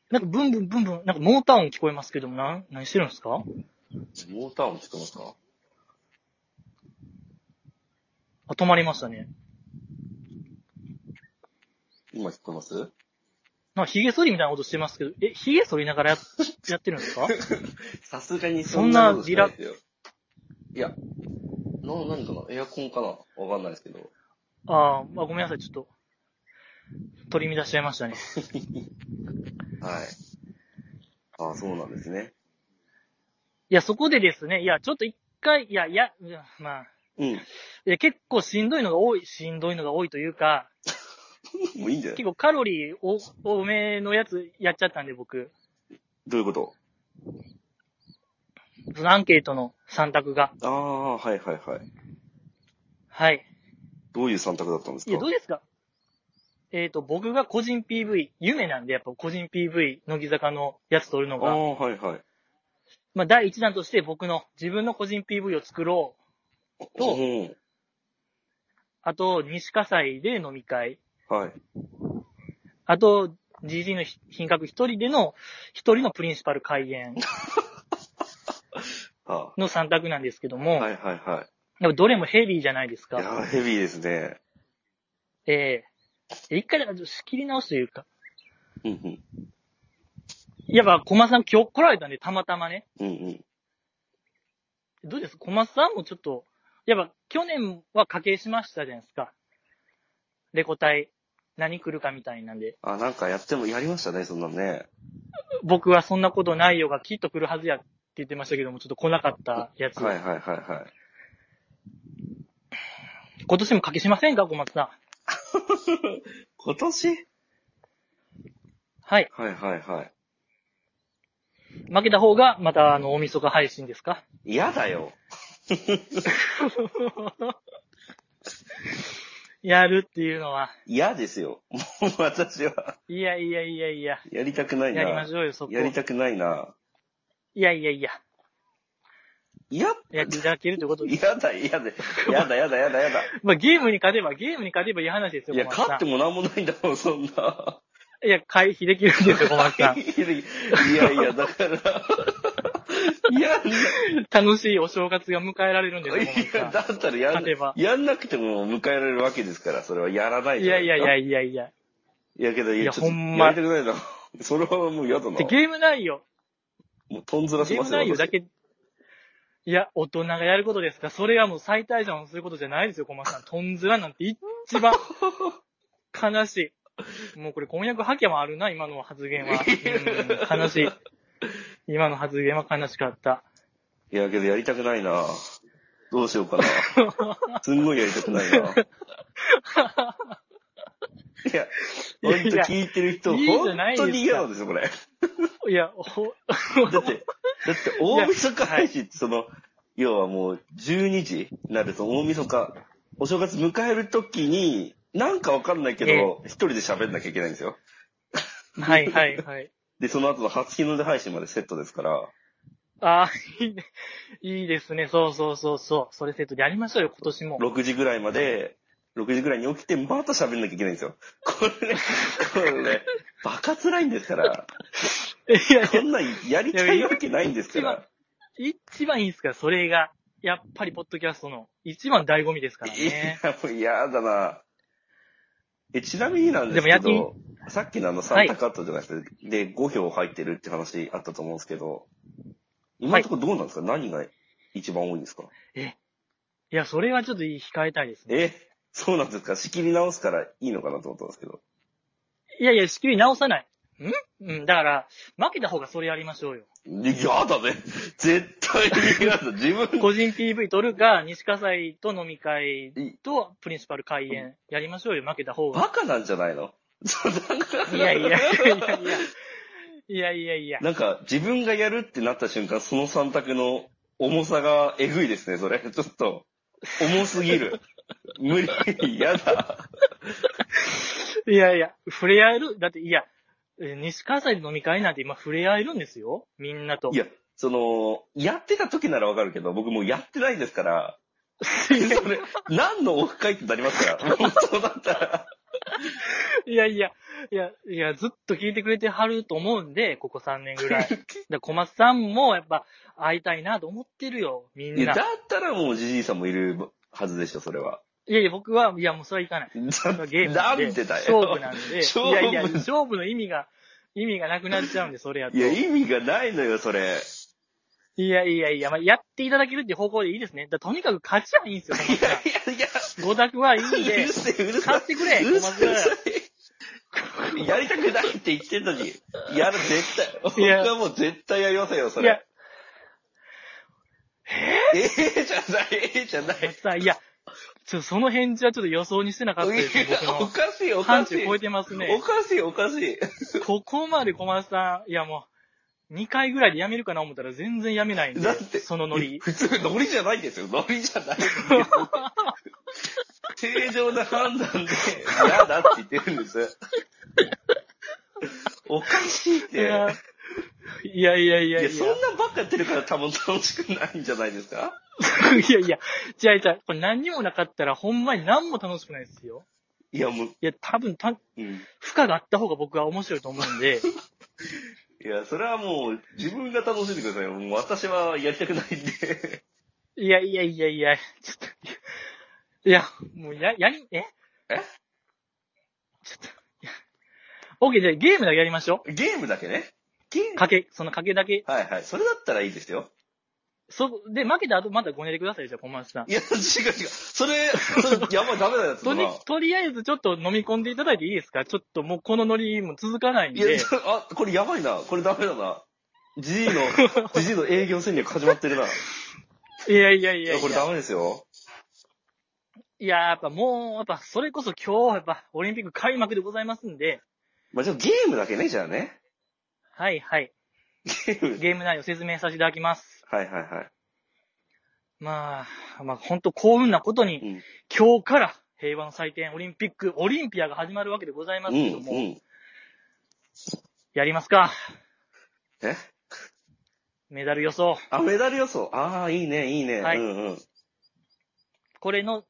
Speaker 1: なんかブンブンブンブン、なんかモーター音聞こえますけども、なん、何してるんですか
Speaker 2: モーター音聞こえますか
Speaker 1: あ、止まりましたね。
Speaker 2: 今聞こえます
Speaker 1: なんか髭剃りみたいなことしてますけど、え、髭剃りながらややってるんです
Speaker 2: <laughs>
Speaker 1: か
Speaker 2: さすがに
Speaker 1: そんな
Speaker 2: ことしいですよ。いや、な、なんだろう、エアコンかなわかんないですけど。
Speaker 1: あー、まあ、ごめんなさい、ちょっと、取り乱しちゃいましたね。
Speaker 2: はい。ああ、そうなんですね。
Speaker 1: いや、そこでですね、いや、ちょっと一回、いや、いや、うんまあ、
Speaker 2: うん。
Speaker 1: いや、結構しんどいのが多い、しんどいのが多いというか、
Speaker 2: もういいんじゃない
Speaker 1: 結構カロリー多多めのやつやっちゃったんで、僕。
Speaker 2: どういうこと
Speaker 1: そのアンケートの3択が。
Speaker 2: ああ、はいはいはい。
Speaker 1: はい。
Speaker 2: どういう3択だったんです
Speaker 1: い
Speaker 2: か
Speaker 1: や、どうですかえっ、と、僕が個人 PV、夢なんで、やっぱ個人 PV、乃木坂のやつ撮るの
Speaker 2: あ
Speaker 1: が、
Speaker 2: あ、はいはい。
Speaker 1: まあ、第1弾として僕の自分の個人 PV を作ろう。と
Speaker 2: うん
Speaker 1: あと、西葛西で飲み会。
Speaker 2: はい。
Speaker 1: あと、GG の品格一人での、一人のプリンシパル開演
Speaker 2: あ
Speaker 1: の3択なんですけども、
Speaker 2: あはいはいはい。
Speaker 1: やっぱどれもヘビーじゃないです
Speaker 2: い
Speaker 1: か。
Speaker 2: や、ヘビーですね。
Speaker 1: ええ一回だからちょっと仕切り直すというか。
Speaker 2: うんうん。
Speaker 1: やっぱ小松さん今日来られたんで、たまたまね。
Speaker 2: うんうん。
Speaker 1: どうです小松さんもちょっと、やっぱ去年は課金しましたじゃないですか。レコ隊、何来るかみたいなんで。
Speaker 2: あ、なんかやっても、やりましたね、そんなのね。
Speaker 1: 僕はそんなことないよがきっと来るはずやって言ってましたけども、ちょっと来なかったやつ。
Speaker 2: はいはいはいはい。
Speaker 1: 今年も課金しませんか小松さん。
Speaker 2: 今年
Speaker 1: はい。
Speaker 2: はいはいはい。
Speaker 1: 負けた方が、また、あの、大晦日配信ですか
Speaker 2: 嫌だよ。
Speaker 1: やるっていうのは。
Speaker 2: 嫌ですよ。もう私は、
Speaker 1: いやいやいやいや。
Speaker 2: やりたくないな。
Speaker 1: やりましょうよ、そこ。
Speaker 2: やりたくないな。
Speaker 1: いやいやいや。
Speaker 2: 嫌
Speaker 1: やっていただけるということ
Speaker 2: <laughs>
Speaker 1: で。
Speaker 2: 嫌だ、嫌だ、嫌だ、嫌だ、嫌だ、嫌だ。
Speaker 1: まあ、ゲームに勝てば、ゲームに勝てばいい話ですよ、
Speaker 2: いや、
Speaker 1: 小松さ
Speaker 2: 勝って
Speaker 1: ん。
Speaker 2: もなんもないんだもん、そんな。 <laughs>
Speaker 1: いや、回避できるんですよ、小松さん。
Speaker 2: いやいや、だから、い <laughs> や、
Speaker 1: 楽しいお正月が迎えられるんですよ、この
Speaker 2: いや、
Speaker 1: 人
Speaker 2: だったらやん
Speaker 1: 勝てば、
Speaker 2: やんなくても迎えられるわけですから、それはやらない
Speaker 1: いやいやいや
Speaker 2: い
Speaker 1: いやいや。
Speaker 2: や。いやけど、い
Speaker 1: い
Speaker 2: や、
Speaker 1: や
Speaker 2: ちょっ
Speaker 1: ほ
Speaker 2: と
Speaker 1: んま
Speaker 2: やりたくない <laughs> な。それはもう嫌だな
Speaker 1: で、。ゲーム内容、
Speaker 2: もう、とんず
Speaker 1: ゲ
Speaker 2: らせ
Speaker 1: ー
Speaker 2: ま
Speaker 1: ム
Speaker 2: すよ。
Speaker 1: 内容だ
Speaker 2: 私
Speaker 1: け、いや、大人がやることですから、それはもう最大者をすることじゃないですよ、コマさん。とんずらなんて一
Speaker 2: <laughs>
Speaker 1: 番悲しい。もうこれ婚約破棄もあるな、今の発
Speaker 2: <laughs>
Speaker 1: 言は。うん悲しい。今の発言は悲しかった。
Speaker 2: いやけど、やりたくないな。どうしようかな。
Speaker 1: <laughs>
Speaker 2: すんごいやりたくないな。いや、ほんと聞いてる人、
Speaker 1: いやいやいいじゃ
Speaker 2: 本
Speaker 1: ないです
Speaker 2: 当
Speaker 1: か
Speaker 2: に嫌なんですよ、これ。
Speaker 1: いや、ほ、
Speaker 2: だって、だって大晦日配信ってその、要はもう12時になると大晦日、お正月迎えるときに、なんかわかんないけ
Speaker 1: え
Speaker 2: ど、一人で喋んなきゃいけないんですよ。
Speaker 1: はいはいはい。
Speaker 2: で、その後の初日の出配信までセットですから、
Speaker 1: <laughs> ああ、いいね。いいですね。そうそうそうそう。それセットでやりましょうよ、今年も。
Speaker 2: 6時ぐらいまで、6時ぐらいに起きて、また喋んなきゃいけないんですよ。これね、これね、バカ辛いんですから、
Speaker 1: いやい
Speaker 2: こんなんやりたいわけないんですから。
Speaker 1: や、一番いいですから、それが。やっぱり、ポッドキャストの一番醍醐味ですから
Speaker 2: い
Speaker 1: ね。
Speaker 2: や、もう嫌だな。え、ちなみになんですけ
Speaker 1: でも
Speaker 2: ど、さっきのあの
Speaker 1: は
Speaker 2: サ
Speaker 1: い
Speaker 2: ンタカットじゃなくて、で、5票入ってるって話あったと思うんですけど、今のところどうなんですか、何が一番多いんですか
Speaker 1: いや、それはちょっと控えたいですね。
Speaker 2: え、そうなんですか仕切り直すからいいのかなと思ったんですけど。
Speaker 1: いやいや、仕切り直さない。んうん、だから、負けた方がそれやりましょうよ。
Speaker 2: いや嫌だね。絶対に嫌だ。自分
Speaker 1: 個人 PV 取るか、西葛西と飲み会
Speaker 2: い
Speaker 1: とプリンシパル開演やりましょうよ、負けた方が。
Speaker 2: バカなんじゃないの <laughs> そうなんか
Speaker 1: いやいやいやいや <laughs> いや。いやいやいや。
Speaker 2: なんか、自分がやるってなった瞬間、その三択の重さがえぐいですね、それ。 <laughs> ちょっと、重すぎる。 <laughs> 無理、やだ。
Speaker 1: いやいや、触れ合える、だって、いや、えー西関西の飲み会なんて今触れ合えるんですよみんなと。
Speaker 2: いや、その、やってた時ならわかるけど、僕もうやってないで
Speaker 1: <laughs>
Speaker 2: すから、それ、何のオフ会ってなりま
Speaker 1: <laughs>
Speaker 2: すから、もうそうだったら。
Speaker 1: いやいや、いや、いや、ずっと聞いてくれてはると思うんで、ここ3年
Speaker 2: <laughs>
Speaker 1: ぐらい。だから小松さんもやっぱ会いたいなと思ってるよ、みん
Speaker 2: いや、
Speaker 1: な。
Speaker 2: だったらもうじじいさんもいるはずでしょ、それは。
Speaker 1: いやいや、僕は、いや、もうそれはいかない。
Speaker 2: だ
Speaker 1: それはゲーム
Speaker 2: な
Speaker 1: なん
Speaker 2: ん
Speaker 1: で。
Speaker 2: でだ
Speaker 1: 勝
Speaker 2: よ
Speaker 1: 負。なんで。
Speaker 2: 勝
Speaker 1: い
Speaker 2: 負
Speaker 1: やいや、勝負の意味が、意味がなくなっちゃうんで、それやと。
Speaker 2: いや、意味がないのよ、それ。
Speaker 1: いやいやいや、まあ、やっていただけるっていう方向でいいですね。だとにかく勝ちはいいんですよ、小松さん
Speaker 2: いやいや、
Speaker 1: 五択はいいん
Speaker 2: う
Speaker 1: で
Speaker 2: る。せえ、うるさい。
Speaker 1: 買ってくれ
Speaker 2: うるさ
Speaker 1: 小
Speaker 2: い
Speaker 1: 松。
Speaker 2: やりたくないって言ってんのに、やる、絶対。僕
Speaker 1: いや
Speaker 2: はもう絶対やりませんよ、そ
Speaker 1: いや
Speaker 2: れ。、ええじゃない、ええじゃない。
Speaker 1: さあ、いや、ちょ、その返事はちょっと予想にしてなかったです、僕
Speaker 2: お
Speaker 1: の。
Speaker 2: かしい、おか
Speaker 1: 範
Speaker 2: しい。
Speaker 1: 疇超えてます
Speaker 2: お
Speaker 1: ね。
Speaker 2: かしい、おかしい。
Speaker 1: ここまで小松さん、いやもう、2回ぐらいでやめるかな思ったら全然やめないん
Speaker 2: だっ
Speaker 1: で、
Speaker 2: て
Speaker 1: そのノリ。
Speaker 2: 普通、ノリじゃないですよ。ノリじゃない。正常な判断で、嫌だって言ってるんです。おかしいっ
Speaker 1: い
Speaker 2: て。い
Speaker 1: や
Speaker 2: や、
Speaker 1: いやいやいやいや。
Speaker 2: そんなばっかやってるから多分楽しくないんじゃないですか
Speaker 1: いやいや、じゃあじゃあこれ何にもなかったらほんまに何も楽しくないですよ。
Speaker 2: いや、もう、
Speaker 1: いや、多分た、
Speaker 2: うん。
Speaker 1: 負荷があった方が僕は面白いと思うんで、
Speaker 2: いや、それはもう、自分が楽しんでくださいよ。もう私はやりたくないんで。 <laughs>
Speaker 1: いやいやいやいや、ちょっと、いや、もうや、やり、え
Speaker 2: え
Speaker 1: ちょっと、いや。OK、じゃあゲームだけやりましょ
Speaker 2: ゲームだけね。ゲー
Speaker 1: う。
Speaker 2: ム
Speaker 1: 賭け、その賭けだけ。
Speaker 2: はいはい。それだったらいいですよ。
Speaker 1: そこ、で、負けた後またごねてください、じゃあ、小松さん。
Speaker 2: いや、違う違う。それ、それ、やばい、ダメなやつ
Speaker 1: <laughs> と
Speaker 2: だ
Speaker 1: に
Speaker 2: な。、
Speaker 1: とりあえずちょっと飲み込んでいただいていいですかちょっともうこのノリも続かないん
Speaker 2: いや
Speaker 1: で。、
Speaker 2: あ、これやばいな。これダメだな。じじ
Speaker 1: <laughs>
Speaker 2: いの、じじいの営業戦略始まってるな。い
Speaker 1: いやいやいや
Speaker 2: や、
Speaker 1: い
Speaker 2: これ
Speaker 1: や。
Speaker 2: ダメですよ。
Speaker 1: いや、やっぱもう、やっぱそれこそ今日、やっぱオリンピック開幕でございますんで、
Speaker 2: まあ、じゃあゲームだけね、じゃあね。
Speaker 1: はいはい。
Speaker 2: ゲーム。
Speaker 1: ゲーム内容説明させていただきます。
Speaker 2: はいはいは
Speaker 1: まあ、まあ本当幸運なことに
Speaker 2: い。、うん。
Speaker 1: 今日から平和の祭典オリンピック、オリンピアが始まるわけでございます
Speaker 2: う
Speaker 1: けど
Speaker 2: ん、
Speaker 1: も、
Speaker 2: うん。
Speaker 1: やりますか
Speaker 2: え
Speaker 1: メダル予想。
Speaker 2: あ、メダル予想。ああ、いいね、いいね。
Speaker 1: はい
Speaker 2: うんうん。
Speaker 1: これの、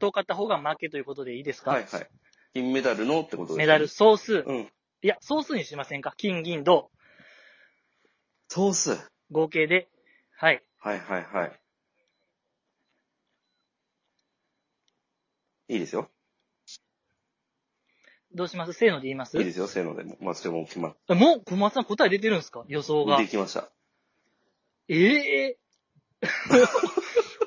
Speaker 1: 遠かった方が負けということでいいですか、
Speaker 2: はいはい。金メダルのってことですね
Speaker 1: メダル。総数。
Speaker 2: うん。
Speaker 1: いや、総数にしませんか金、銀、銅。
Speaker 2: 総数。
Speaker 1: 合計で、はい、
Speaker 2: はいはいはい。いいですよ。
Speaker 1: どうしますせーので言います
Speaker 2: いいですよ、せーので。まあ、それも決まっ
Speaker 1: あもう、小松さん答え出てるんですか予想が
Speaker 2: て。きました。
Speaker 1: ええ <laughs>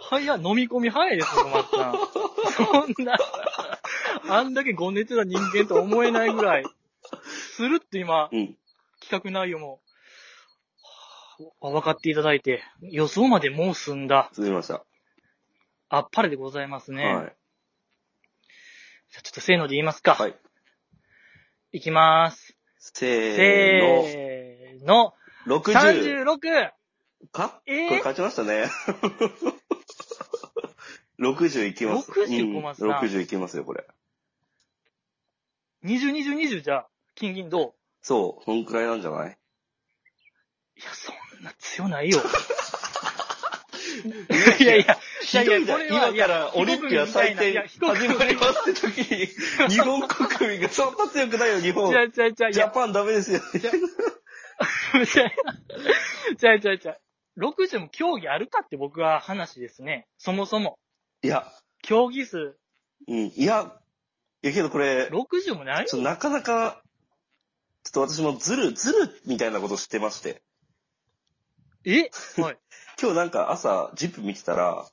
Speaker 1: 早い、飲み込み早いですよ、小松さん。そん
Speaker 2: <laughs>
Speaker 1: な、あんだけごねてた人間とは思えないぐらい、スルッと今、
Speaker 2: うん。
Speaker 1: 企画内容も、はあ分かっていただいて、予想までもう済んだ、
Speaker 2: 進みました。
Speaker 1: あっぱれでございますね。
Speaker 2: はい。
Speaker 1: じゃあちょっとせーので言いますか。
Speaker 2: はい。
Speaker 1: いきまーす。
Speaker 2: せー
Speaker 1: せーの。
Speaker 2: の。60
Speaker 1: 36!
Speaker 2: か、
Speaker 1: えー
Speaker 2: これ勝ちましたね。60いきます。
Speaker 1: 60小松さん
Speaker 2: うん、60いきますよ、これ。
Speaker 1: 20、20、20じゃ、金銀どう
Speaker 2: そう、そんくらいなんじゃない
Speaker 1: いや、そんな強ないよ。いやいや、
Speaker 2: ひ
Speaker 1: やいや
Speaker 2: どいな
Speaker 1: これは
Speaker 2: 今からオリンピア最低
Speaker 1: いや
Speaker 2: 始
Speaker 1: 非国
Speaker 2: ま
Speaker 1: 民みたいな
Speaker 2: りますって時に、
Speaker 1: <laughs>
Speaker 2: 日本国民がそんな強くないよ、日
Speaker 1: ち
Speaker 2: 本。
Speaker 1: ゃうちゃうちゃう、い
Speaker 2: ジャ
Speaker 1: や、
Speaker 2: パンダメですよ。
Speaker 1: ちゃうちゃうちゃうちゃう。60も競技あるかって僕は話ですね。そもそも。
Speaker 2: いや、
Speaker 1: 競技数、
Speaker 2: うん、いや、いやけどこれ、
Speaker 1: 60もない
Speaker 2: ちょっとなかなか、ちょっと私もずる、ずるみたいなことしてまして。
Speaker 1: えはい。
Speaker 2: 今日なんか朝、ジップ見てたら、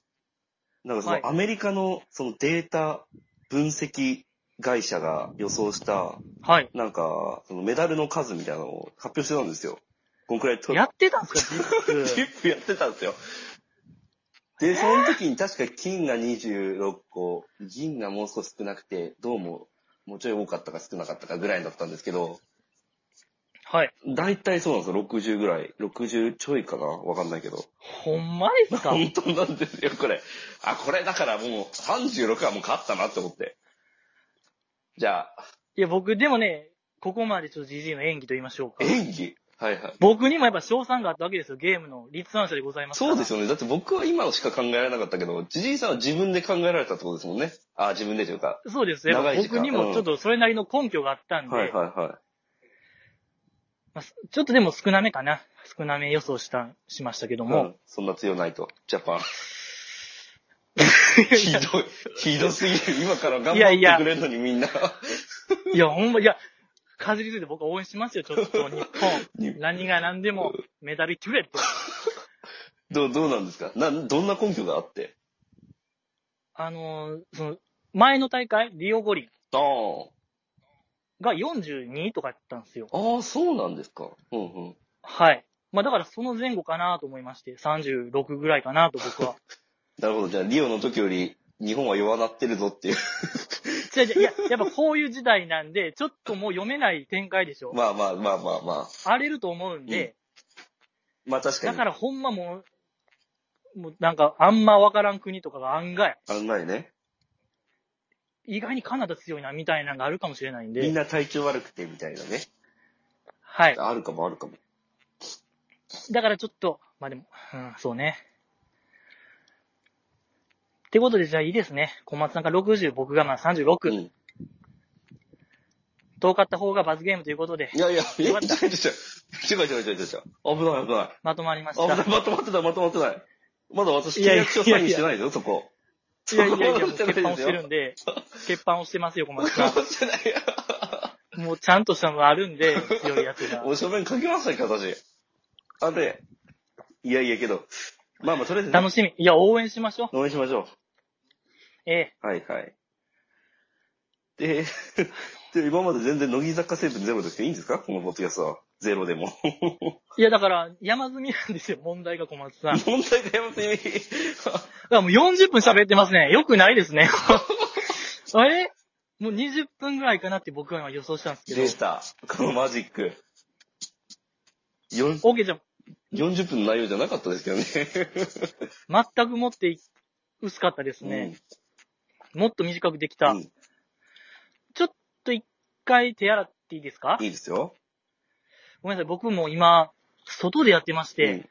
Speaker 2: なんかそ
Speaker 1: はい
Speaker 2: のアメリカのそのデータ分析会社が予想した、
Speaker 1: はい。
Speaker 2: なんか、そのメダルの数みたいなのを発表してたんですよ。こんくらいと
Speaker 1: やってたんすか、ジ
Speaker 2: <laughs> ジ
Speaker 1: ップ。
Speaker 2: ップやってたんですよ。で、その時に確か金が26個、銀がもう少し少なくて、銅ももうちょい多かったか少なかったかぐらいだったんですけど、
Speaker 1: はい。
Speaker 2: 大体そうなんですよ、60ぐらい。60ちょいかなわかんないけど。
Speaker 1: ほんまですか
Speaker 2: 本当なんですよ、これ。あ、これだからもう36はもう勝ったなって思って。じゃあ、
Speaker 1: いや、僕、でもね、ここまでちょっと GG の演技と言いましょうか。
Speaker 2: 演技はいはい。
Speaker 1: 僕にもやっぱ賞賛があったわけですよ。ゲームの立案者でございますから。
Speaker 2: そうですよね。だって僕は今のしか考えられなかったけど、じじいさんは自分で考えられたってことですもんね。あ、自分でというか。
Speaker 1: そうです。やっぱ
Speaker 2: 長い時間
Speaker 1: 僕にもちょっとそれなりの根拠があったんで、
Speaker 2: はいはいはい。
Speaker 1: まあすちょっとでも少なめかな。少なめ予想した、しましたけど
Speaker 2: もう
Speaker 1: も。
Speaker 2: ん、そんな強ないと、ジ
Speaker 1: <laughs>
Speaker 2: ャパン。ひどい、ひどすぎる。今から頑
Speaker 1: いや
Speaker 2: 張
Speaker 1: い
Speaker 2: っ
Speaker 1: や
Speaker 2: てくれるのにみんな。
Speaker 1: <laughs> いや、ほんま、いや、かじりついて僕は応援しますよ、ちょっと。日
Speaker 2: 日
Speaker 1: 本。
Speaker 2: 本
Speaker 1: 何が何でもメダルいってくれって。
Speaker 2: <laughs> どう、どうなんですかな、どんな根拠があって
Speaker 1: あのーその、前の大会、リオ五輪
Speaker 2: ああ。
Speaker 1: が42とかやったんですよ。
Speaker 2: ああ、そうなんですか。うんうん。
Speaker 1: はい。まあだからその前後かなと思いまして、36ぐらいかなと僕は。 <laughs>
Speaker 2: なるほど。じゃあ、リオの時より、日本は弱なってるぞっていう。 <laughs>
Speaker 1: 違う違う、いや、やっぱこういう時代なんで、ちょっともう読めない展開でしょ。
Speaker 2: まあまあまあまあまあ。
Speaker 1: 荒れると思うんで、
Speaker 2: まあ確か
Speaker 1: だ
Speaker 2: に。
Speaker 1: からほんまもう、もうなんかあんまわからん国とかが案外、
Speaker 2: あんまりね。
Speaker 1: 意外にカナダ強いなみたいなのがあるかもしれないん
Speaker 2: みん
Speaker 1: で、
Speaker 2: な体調悪くてみたいなね。
Speaker 1: はい。
Speaker 2: あるかもあるかも。
Speaker 1: だからちょっと、まあでも、うん、そうね。ってことでじゃあいいですね。小松さんが60、僕がまあ
Speaker 2: う
Speaker 1: 36。
Speaker 2: ん。
Speaker 1: 遠かった方が罰ゲームということで
Speaker 2: い、や
Speaker 1: <laughs>
Speaker 2: いや、え、違う違う
Speaker 1: かった
Speaker 2: 違う違う違う違う違う。危ない危
Speaker 1: <laughs>
Speaker 2: ない。
Speaker 1: まとまりまし
Speaker 2: あ、ま
Speaker 1: た
Speaker 2: と。まってない、まとまってない。まだ私契約書サインしてないですよ、そこ。
Speaker 1: いやいやい
Speaker 2: ま
Speaker 1: や、
Speaker 2: と
Speaker 1: も
Speaker 2: ま
Speaker 1: う
Speaker 2: って
Speaker 1: 欠板
Speaker 2: な
Speaker 1: をし
Speaker 2: いです
Speaker 1: て
Speaker 2: よ
Speaker 1: る。んで、欠板をしてますよ、小松
Speaker 2: まと
Speaker 1: さ
Speaker 2: まってない
Speaker 1: ん。
Speaker 2: よ。 <laughs>
Speaker 1: もうちゃんとしたのがあるんで、強いやつが。
Speaker 2: 俺書面書きましたよ、私。あで、いやいやけど、まあまあ、とりあえずね、
Speaker 1: 楽しみ。いや、応援しましょう。
Speaker 2: 応援しましょ
Speaker 1: え
Speaker 2: う。はいはい。で、 <laughs> で今まで全然乃木坂成分ゼロですけど、いいんですかこのポッドキャストは。ゼロで
Speaker 1: <laughs>
Speaker 2: も。
Speaker 1: え。いや、だから、山積みなんですよ、問題が小松さん。だか
Speaker 2: 問題出ますよ。
Speaker 1: らもう40分喋ってますね。よくないです
Speaker 2: <laughs>
Speaker 1: ね。あれもう20分ぐらいかなって僕は今予想したんですけど
Speaker 2: でし。た。このマジック。よん
Speaker 1: OK じゃ
Speaker 2: 40分の内容じゃなかったですけどね。
Speaker 1: ん、全く持って薄かったですね。もっと短くできた。
Speaker 2: うん
Speaker 1: ちょっと一回手洗っていいですか
Speaker 2: いいですよ。
Speaker 1: ごめんなさい、僕も今、外でやってまして、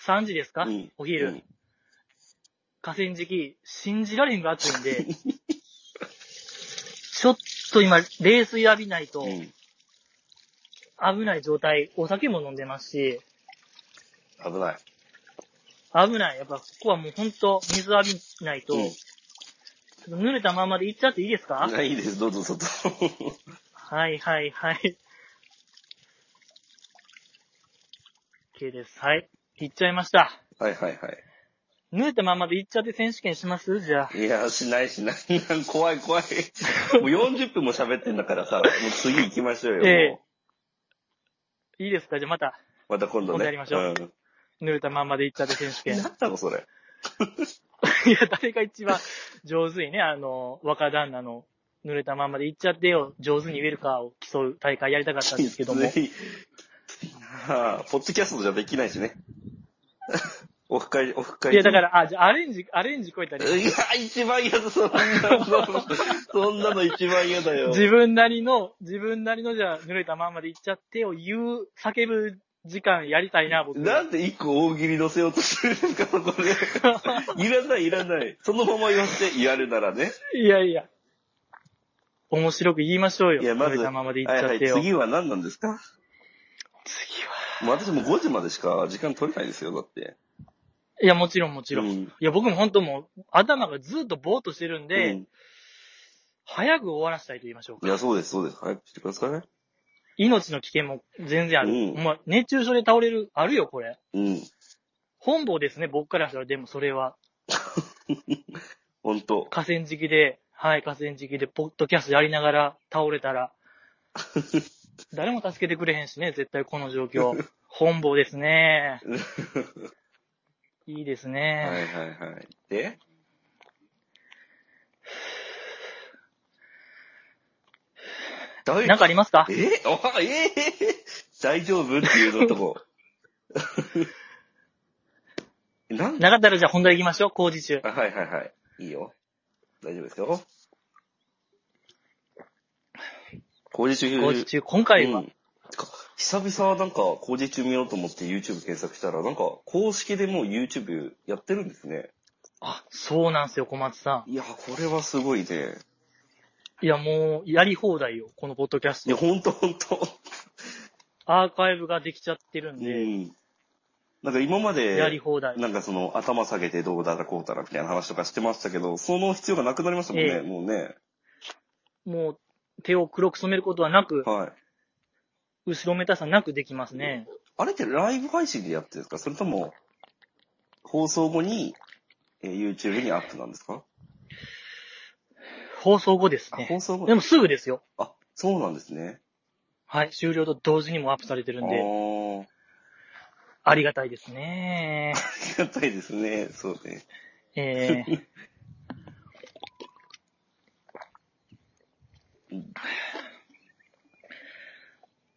Speaker 1: 3時ですか、
Speaker 2: うん
Speaker 1: お昼、
Speaker 2: うん
Speaker 1: 河川敷、信じられへんが暑いんで、 <laughs> ちょっと今、冷水浴びないと
Speaker 2: うん。
Speaker 1: 危ない状態、お酒も飲んでますし、
Speaker 2: 危ない。
Speaker 1: 危ない。やっぱここはもうほんと水浴びないと、
Speaker 2: うん
Speaker 1: ちょっと濡れたままで行っちゃっていいですか、
Speaker 2: ないいです、どうぞどうぞ。
Speaker 1: はいはいはい。OK です。はい。行っちゃいました。
Speaker 2: <laughs> はいはいは
Speaker 1: 濡れたままで行っちゃって選手権しますじゃあ。
Speaker 2: い。いや、しないしない。 <laughs> 怖い
Speaker 1: <laughs>
Speaker 2: 怖い。もう40分も喋ってんだからさ、もう次行きましょうよ。もう
Speaker 1: ええいいですかじゃあまた、
Speaker 2: また今度
Speaker 1: 今度
Speaker 2: ね。
Speaker 1: やりましょう濡れたままで行っちゃって選手
Speaker 2: うん。
Speaker 1: 権
Speaker 2: な。ったのそれ。
Speaker 1: <laughs> いや、誰が一番上手にね、あの、若旦那の濡れたままで行っちゃってよ、上手に言えるかを競う大会やりたかったんです
Speaker 2: <laughs>
Speaker 1: けども。
Speaker 2: きつい。きついなあポッドキャストじゃできないしね。 <laughs> オフ会、オフ会。
Speaker 1: いや、だから、あ、じゃあアレンジ、アレンジ超えたり、
Speaker 2: いや、一番嫌だ、そんなの。 <laughs> そんなの一番嫌だよ。
Speaker 1: 自分なりの、自分なりのじゃあ濡れたままで行っちゃってよ、言う、叫ぶ時間やりたいな、僕。
Speaker 2: なんで一個大喜利乗せようとしてるんですか、そこ
Speaker 1: <laughs>
Speaker 2: で。いらない、いらない。そのまま言わせて、やるならね。
Speaker 1: いやいや。面白く言いましょうよ。
Speaker 2: いや、ま
Speaker 1: 濡
Speaker 2: ず、
Speaker 1: れたままで行っちゃ
Speaker 2: は
Speaker 1: っ
Speaker 2: い
Speaker 1: てよ。
Speaker 2: はい、次は何なんですか
Speaker 1: 次は。
Speaker 2: もう私も5時までしか時間取れないですよ、だって。
Speaker 1: いや、もちろんもちろん。
Speaker 2: うん
Speaker 1: いや、僕も本当もう、頭がずっとぼーっとしてるんで、早く終わらせたいと言いましょう
Speaker 2: うん。いや、そうです、そうです。早くしてください。
Speaker 1: 命の危険も全然ある。
Speaker 2: うん
Speaker 1: お前、熱中症で倒れる、あるよ、これ。
Speaker 2: うん。
Speaker 1: 本望ですね、僕からしたら。でも、それは。
Speaker 2: ほんと。
Speaker 1: 河川敷で、はい、河川敷で、ポッドキャストやりながら倒れた
Speaker 2: <laughs>
Speaker 1: ら。誰も助けてくれへんしね、絶対この状
Speaker 2: <laughs>
Speaker 1: 況。本望ですね。いいです
Speaker 2: はいはい
Speaker 1: ね。
Speaker 2: はい。で大
Speaker 1: なんかありますか
Speaker 2: えあえ <laughs> え大丈夫っていうのとこ。 <laughs> なん
Speaker 1: なかったらじゃあ本題行きましょう、工事中。
Speaker 2: あはいはいはい。いいよ。大丈夫ですよ。工事中。
Speaker 1: 工事中、今回は、
Speaker 2: うんか久々なんか工事中見ようと思って YouTube 検索したら、なんか公式でもう YouTube やってるんですね。
Speaker 1: あ、そうなんですよ、小松さ
Speaker 2: いや、これはすごいね。
Speaker 1: ん。いや、もう、やり放題よ、このポッドキャス
Speaker 2: いや、
Speaker 1: ト。
Speaker 2: ほんとほんと。
Speaker 1: アーカイブができちゃってるん
Speaker 2: う
Speaker 1: で、
Speaker 2: ん。なんか今ま
Speaker 1: やり
Speaker 2: で、
Speaker 1: 放題。
Speaker 2: なんかその頭下げてどうだらこうだらみたいな話とかしてましたけど、その必要がなくなりましたもんね、
Speaker 1: ええ
Speaker 2: もうね。
Speaker 1: もう、手を黒く染めることはなく、
Speaker 2: はい。
Speaker 1: 後ろめたさなくできますね。
Speaker 2: あれってライブ配信でやってるんですかそれとも、放送後に、えー YouTube にアップなんですか
Speaker 1: 放送後です
Speaker 2: あ、
Speaker 1: ね。
Speaker 2: 放送後
Speaker 1: でもすぐですよ。
Speaker 2: あ、そうなんですね。
Speaker 1: はい、終了と同時にもアップされてる
Speaker 2: あ
Speaker 1: ん
Speaker 2: あ
Speaker 1: で、
Speaker 2: ー、あ
Speaker 1: ありがたいです
Speaker 2: <laughs>
Speaker 1: ね。
Speaker 2: りがたいですね。そうね。
Speaker 1: えー、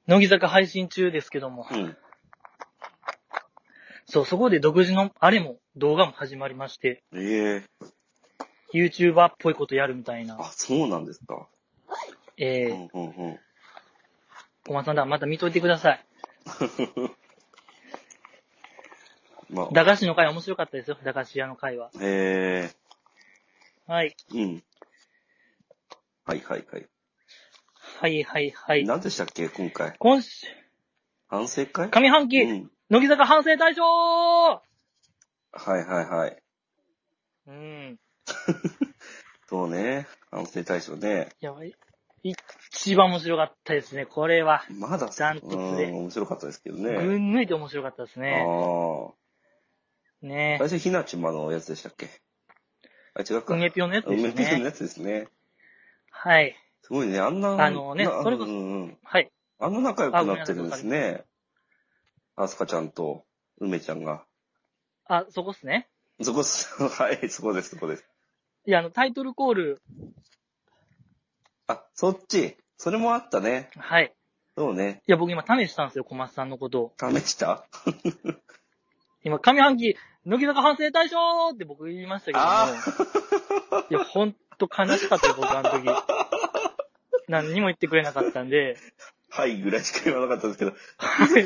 Speaker 1: 乃木坂配信中ですけども
Speaker 2: う、ん。
Speaker 1: そう、そこで独自の、あれも、動画も始まりまして、
Speaker 2: ええ
Speaker 1: YouTuber っぽいことやるみたいな
Speaker 2: あ、、そうなんですか。
Speaker 1: え
Speaker 2: う
Speaker 1: ー、
Speaker 2: んうんうん。
Speaker 1: 小松さんだ、また見といてください。
Speaker 2: まあ、
Speaker 1: 駄菓子の会面白かったですよ、駄菓子屋の会は。
Speaker 2: え
Speaker 1: はい。
Speaker 2: えうん。はいはいはい。
Speaker 1: はいはいはい。
Speaker 2: 何でしたっけ今回。
Speaker 1: 今週、
Speaker 2: 反省会
Speaker 1: 上半期、
Speaker 2: うん。
Speaker 1: 乃木坂反省大賞
Speaker 2: はいはいはい。
Speaker 1: うん。
Speaker 2: そうね。反省対象ね。
Speaker 1: やばい。一番面白かったですね、これは。
Speaker 2: まだ、
Speaker 1: ダントツで
Speaker 2: うん面白かったですけど
Speaker 1: ぐ
Speaker 2: ね。
Speaker 1: ん抜いて面白かったです
Speaker 2: あ
Speaker 1: ね。
Speaker 2: あ。
Speaker 1: ね
Speaker 2: 最初、ひなちまのやつでしたっけあ、違うか。
Speaker 1: 梅ぴょんのやつですね
Speaker 2: 梅ピーのやつですね。
Speaker 1: はい。
Speaker 2: すごいね。あんな、
Speaker 1: あのね
Speaker 2: な
Speaker 1: それこそ
Speaker 2: うんうん
Speaker 1: はい。
Speaker 2: あの仲良くなってるんですね。あすかちゃんと梅ちゃんが。
Speaker 1: あ、そこっすね。
Speaker 2: そこっ <laughs> す。はい、そこです、そこです。
Speaker 1: いや、あの、タイトルコール、
Speaker 2: あ、そっち。それもあったね。
Speaker 1: はい。
Speaker 2: そうね。
Speaker 1: いや、僕今試したんですよ、小松さんのことを。
Speaker 2: 試した
Speaker 1: 今、上半期、乃木坂反省大賞って僕言いましたけど
Speaker 2: あ
Speaker 1: も、いや、ほんと悲しかったよ、僕あの時。何にも言ってくれなかったんで、
Speaker 2: はいぐらいしか言わなかったですけど。
Speaker 1: はい。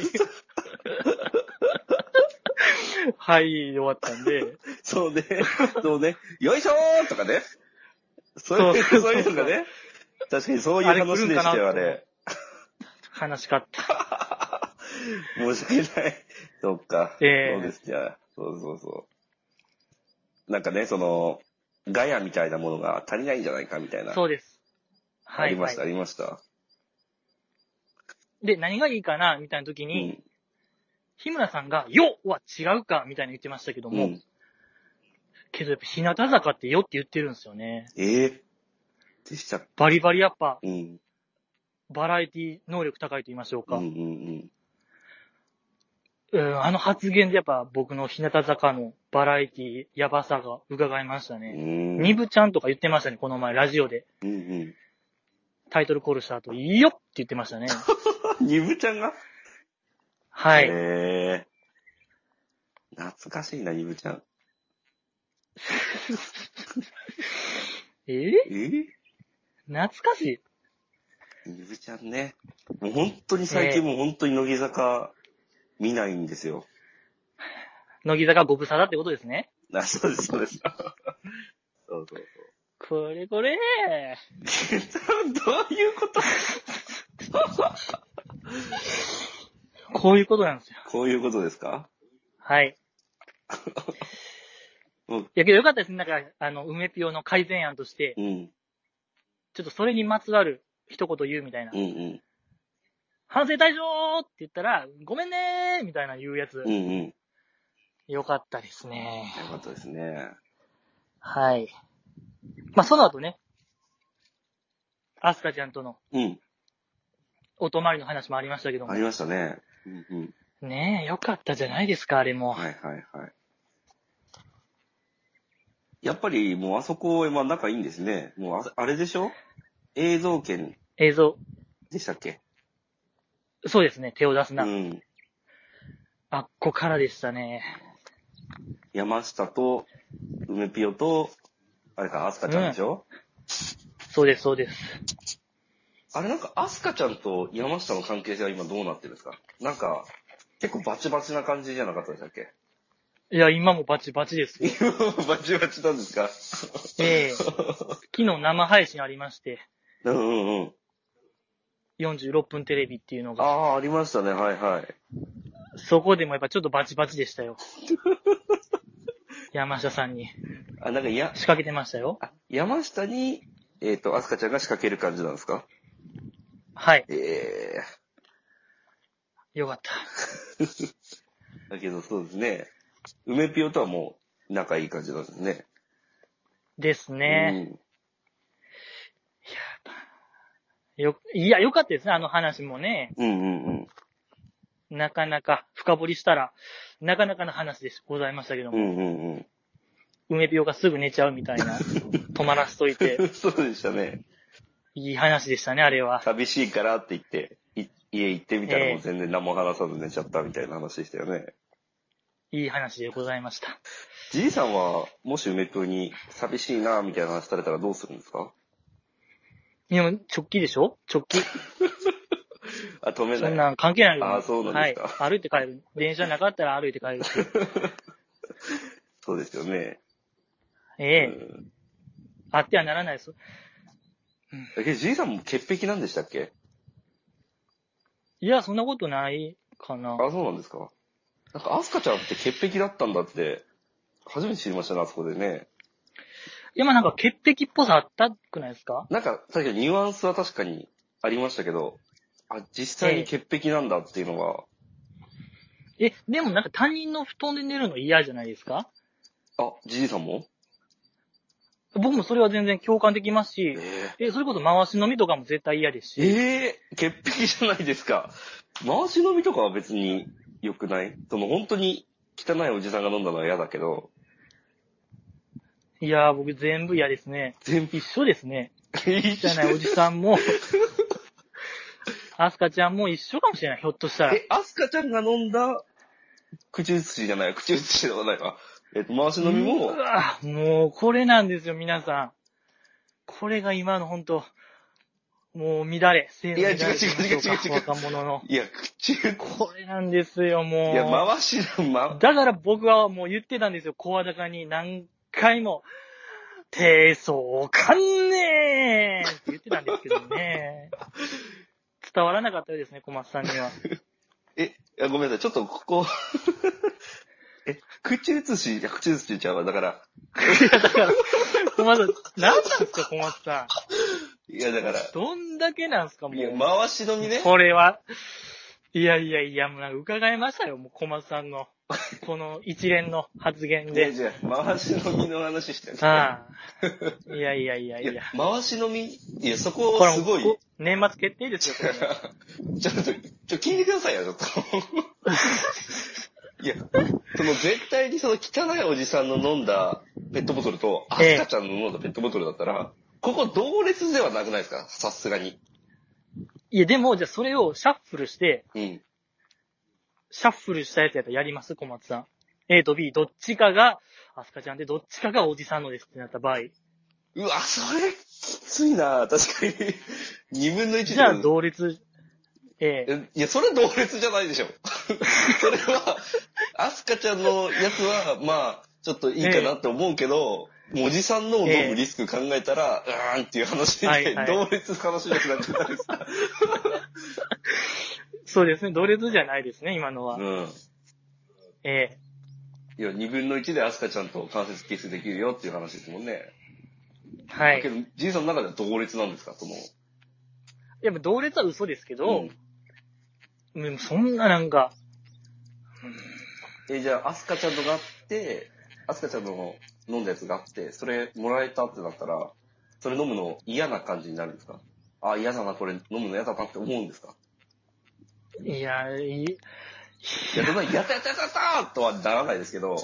Speaker 1: はい、終わったんで、
Speaker 2: そ
Speaker 1: <laughs>
Speaker 2: うね。そうね。よいしょーとかね。そういう、
Speaker 1: そう
Speaker 2: そういうのがね。確かにそういう話でしたよ、あ
Speaker 1: あれ来るんかな
Speaker 2: れ。
Speaker 1: 悲しかった。
Speaker 2: 申し訳ない。 <laughs> そっか。
Speaker 1: ええ
Speaker 2: そうですじゃあ。そうそうそう。なんかね、その、ガヤみたいなものが足りないんじゃないかみたいな。
Speaker 1: そううです。は
Speaker 2: あり
Speaker 1: い、
Speaker 2: ま
Speaker 1: は
Speaker 2: した、あ
Speaker 1: い。
Speaker 2: りました。
Speaker 1: で、何がいいかなみたいな時
Speaker 2: う
Speaker 1: に、
Speaker 2: ん。
Speaker 1: 日村さんが、よは違うかみたいな言ってましたけども、
Speaker 2: うん。
Speaker 1: けどやっぱ日向坂ってよって言ってるんですよね。
Speaker 2: ええでしたっ
Speaker 1: バリバリやっぱ、
Speaker 2: けうん。
Speaker 1: バラエティ能力高いと言いましょう
Speaker 2: う
Speaker 1: か。
Speaker 2: ん
Speaker 1: う
Speaker 2: う
Speaker 1: んん、
Speaker 2: うん。
Speaker 1: あの発言でやっぱ僕の日向坂のバラエティやばさが伺いました
Speaker 2: う
Speaker 1: ね。
Speaker 2: ん。
Speaker 1: ニブちゃんとか言ってましたね、この前ラジオで。
Speaker 2: うんうん。
Speaker 1: タイトルコールした後、よって言ってま
Speaker 2: <laughs>
Speaker 1: したね。
Speaker 2: あニブちゃんが
Speaker 1: はい。
Speaker 2: ええ懐かしいな、ニブちゃん。
Speaker 1: え
Speaker 2: ええ
Speaker 1: 懐かしい。
Speaker 2: ニブちゃんね。もう本当に最近もう本当に乃木坂見ないんですよ。
Speaker 1: 乃木坂ご無沙汰ってことですね。
Speaker 2: あ、そうです、 <laughs> そうです。そうそう
Speaker 1: これこれ。
Speaker 2: そう。 <laughs> どういうこと
Speaker 1: こういうことなんですよ。
Speaker 2: こういうことですか
Speaker 1: はい。い
Speaker 2: うん
Speaker 1: やけどよかったですね。なんか、あの、梅ピオの改善案として、
Speaker 2: うん、
Speaker 1: ちょっとそれにまつわる一言言うみたいな
Speaker 2: うん、う。ん、
Speaker 1: 反省退場って言ったら、ごめんねーみたいな言うやつ
Speaker 2: うん、う。ん。よ
Speaker 1: よかったですね。
Speaker 2: かったですね。
Speaker 1: はい。まあ、その後ね、アスカちゃんとの
Speaker 2: うん、
Speaker 1: お泊まりの話もありましたけども
Speaker 2: あり。ましたね。うん、うん。
Speaker 1: ねえ、よかったじゃないですか、あれも。
Speaker 2: はい、はい、はい。やっぱりもうあそこ、まあ仲いいんですね。もうああれでしょ映像権
Speaker 1: 映像。
Speaker 2: でしたっけ
Speaker 1: そうですね、手を出す
Speaker 2: う
Speaker 1: な。
Speaker 2: ん。
Speaker 1: あっこからでしたね。
Speaker 2: 山下と、梅ピオと、あれか、アスカちゃんでしょ、
Speaker 1: そうです、そうです。
Speaker 2: あれなんか、アスカちゃんと山下の関係性は今どうなってるんですかなんか、結構バチバチな感じじゃなかったでしたっけ
Speaker 1: いや、今もバチバチですよ。
Speaker 2: 今も <laughs> バチバチなんですか <laughs>
Speaker 1: ええ昨日生配信ありまして、
Speaker 2: うんうんうん。
Speaker 1: 46分テレビっていうの
Speaker 2: あ
Speaker 1: が、
Speaker 2: あ、ありましたね、はいはい。
Speaker 1: そこでもやっぱちょっとバチバチでしたよ。山下さんに
Speaker 2: あ、なんかや、
Speaker 1: 仕掛けてましたよ。
Speaker 2: あ山下に、えっ、と、アスカちゃんが仕掛ける感じなんですか
Speaker 1: はい。
Speaker 2: ええ
Speaker 1: よかった。
Speaker 2: だけどそうですね。梅ピオとはもう、仲いい感じなんですね。
Speaker 1: ですね。よ、いや、よかったですね、あの話もね。
Speaker 2: うん。うんうんうん。
Speaker 1: なかなか深掘りしたら、なかなかの話でございましたけど
Speaker 2: う
Speaker 1: も、
Speaker 2: んうんうん。
Speaker 1: 梅病がすぐ寝ちゃうみたいな、止まらしとい
Speaker 2: <laughs>
Speaker 1: て、
Speaker 2: そうでしたね。
Speaker 1: いい話でしたね、あれは。
Speaker 2: 寂しいからって言って、い家行ってみた
Speaker 1: え
Speaker 2: ら
Speaker 1: え
Speaker 2: もう全然何も話さず寝ちゃったみたいな話でしたよね。
Speaker 1: いい話でございました。
Speaker 2: じいさんは、もし梅君に寂しいなみたいな話されたらどうするんですか
Speaker 1: いや、直帰でしょ直
Speaker 2: <laughs>
Speaker 1: 帰。
Speaker 2: あ、止め
Speaker 1: そん
Speaker 2: ない。
Speaker 1: なん関係ないから
Speaker 2: あそうなんですか
Speaker 1: はい。歩いて帰る。電車なかったら歩いて帰るし。
Speaker 2: そうですよね。
Speaker 1: ええ
Speaker 2: うん
Speaker 1: あってはならないです。
Speaker 2: だけど、じいさんも潔癖なんでしたっけ
Speaker 1: いや、そんなことないかな。
Speaker 2: あ、そうなんですか。なんか、アスカちゃんって潔癖だったんだって、初めて知りましたね、あそこでね。
Speaker 1: 今なんか潔癖っぽさあったくないですか
Speaker 2: なんか、確かにニュアンスは確かにありましたけど、あ、実際に潔癖なんだっていうのは、
Speaker 1: え、でもなんか他人の布団で寝るの嫌じゃないですか
Speaker 2: あ、じいさんも
Speaker 1: 僕もそれは全然共感できますし
Speaker 2: え、え
Speaker 1: え、それこそ回し飲みとかも絶対嫌ですし、
Speaker 2: ええ潔癖じゃないですか。回し飲みとかは別に良くないその本当に汚いおじさんが飲んだのは嫌だけど、
Speaker 1: いやー僕全部嫌ですね。
Speaker 2: 全部
Speaker 1: 一緒ですね。
Speaker 2: 一
Speaker 1: じゃないおじさん
Speaker 2: <laughs>
Speaker 1: も、アスカちゃんも一緒かもしれない、ひょっとしたら。
Speaker 2: え、アスカちゃんが飲んだ口移しじゃない、口移しではないわ。えっと、回し飲みも
Speaker 1: う、わもうこれなんですよ、皆さん。これが今の本当もう乱れ。い
Speaker 2: いや違う違う違う違う
Speaker 1: 若者の。
Speaker 2: いや、口移し、
Speaker 1: これなんですよ、もう。
Speaker 2: いや、回し、ま、
Speaker 1: <laughs> だから僕はもう言ってたんですよ、声高に何回も。低層かんねえって言ってたん <laughs>
Speaker 2: <laughs>
Speaker 1: ですけどね。伝わらなかったようですね、小松さんには。
Speaker 2: え、や、ごめんなさい。ちょっとここ、 <laughs> え、口移し、いや、口移しちゃうわ。だから、
Speaker 1: いや、だから、小松さん、何なんですか、小松さ
Speaker 2: いや、だから、
Speaker 1: ん。どんだけなんですか、もう。
Speaker 2: いや、回し飲みね。
Speaker 1: これは、いやいやいや、もうなんか伺いましたよ、もう小松さんの、この一連の発言
Speaker 2: いや、
Speaker 1: で。
Speaker 2: じゃあ回し飲みの話してる。
Speaker 1: ああ。いやいやいやい
Speaker 2: いや
Speaker 1: や。、
Speaker 2: 回し飲み、いや、そこ
Speaker 1: これ
Speaker 2: すごい。
Speaker 1: こ年末決定ですよ、これね
Speaker 2: <laughs> ちょっと、ちょ、聞いてくださいよ、ちょ
Speaker 1: <laughs>
Speaker 2: っと。いや、その絶対にその汚いおじさんの飲んだペットボトルと、
Speaker 1: ええ
Speaker 2: 赤ちゃんの飲んだペットボトルだったら、ここ同列ではなくないですかさすがに。
Speaker 1: いや、でも、じゃあそれをシャッフルして、
Speaker 2: うん。
Speaker 1: シャッフルしたやつやったらやります小松さん。A と B、どっちかが、アスカちゃんで、どっちかがおじさんのですってなった場合。
Speaker 2: うわ、それ、きついな確かに。 <laughs> 二分の一
Speaker 1: じゃあ、同列、ええ
Speaker 2: えいや、それ同列じゃないでしょ。 <laughs> それは、アスカちゃんのやつは、まあ、ちょっといいかなって思うけど、おじさんのを飲むリスク考えたら、うーんっていう話で、
Speaker 1: はいはい
Speaker 2: 同列の話じゃなくなるさ。
Speaker 1: そうですね、同列じゃないですね、今の <laughs> は。
Speaker 2: うん。
Speaker 1: ええ
Speaker 2: いや、二分の一でアスカちゃんと関節キスできるよっていう話ですもんね。
Speaker 1: は
Speaker 2: だけ
Speaker 1: い。
Speaker 2: ど、じいさんの中では同列なんですか、その。
Speaker 1: やっぱ同列は嘘ですけ
Speaker 2: う
Speaker 1: ど
Speaker 2: ん、
Speaker 1: でもそんななんか、
Speaker 2: え、じゃあ、アスカちゃんのがあって、アスカちゃんの飲んだやつがあって、それもらえたってなったら、それ飲むの嫌な感じになるんですかあ、嫌だな、これ飲むの嫌だなって思うんですか
Speaker 1: いや、いい
Speaker 2: いや、そんな、やったやったやったやったとはならないですけど、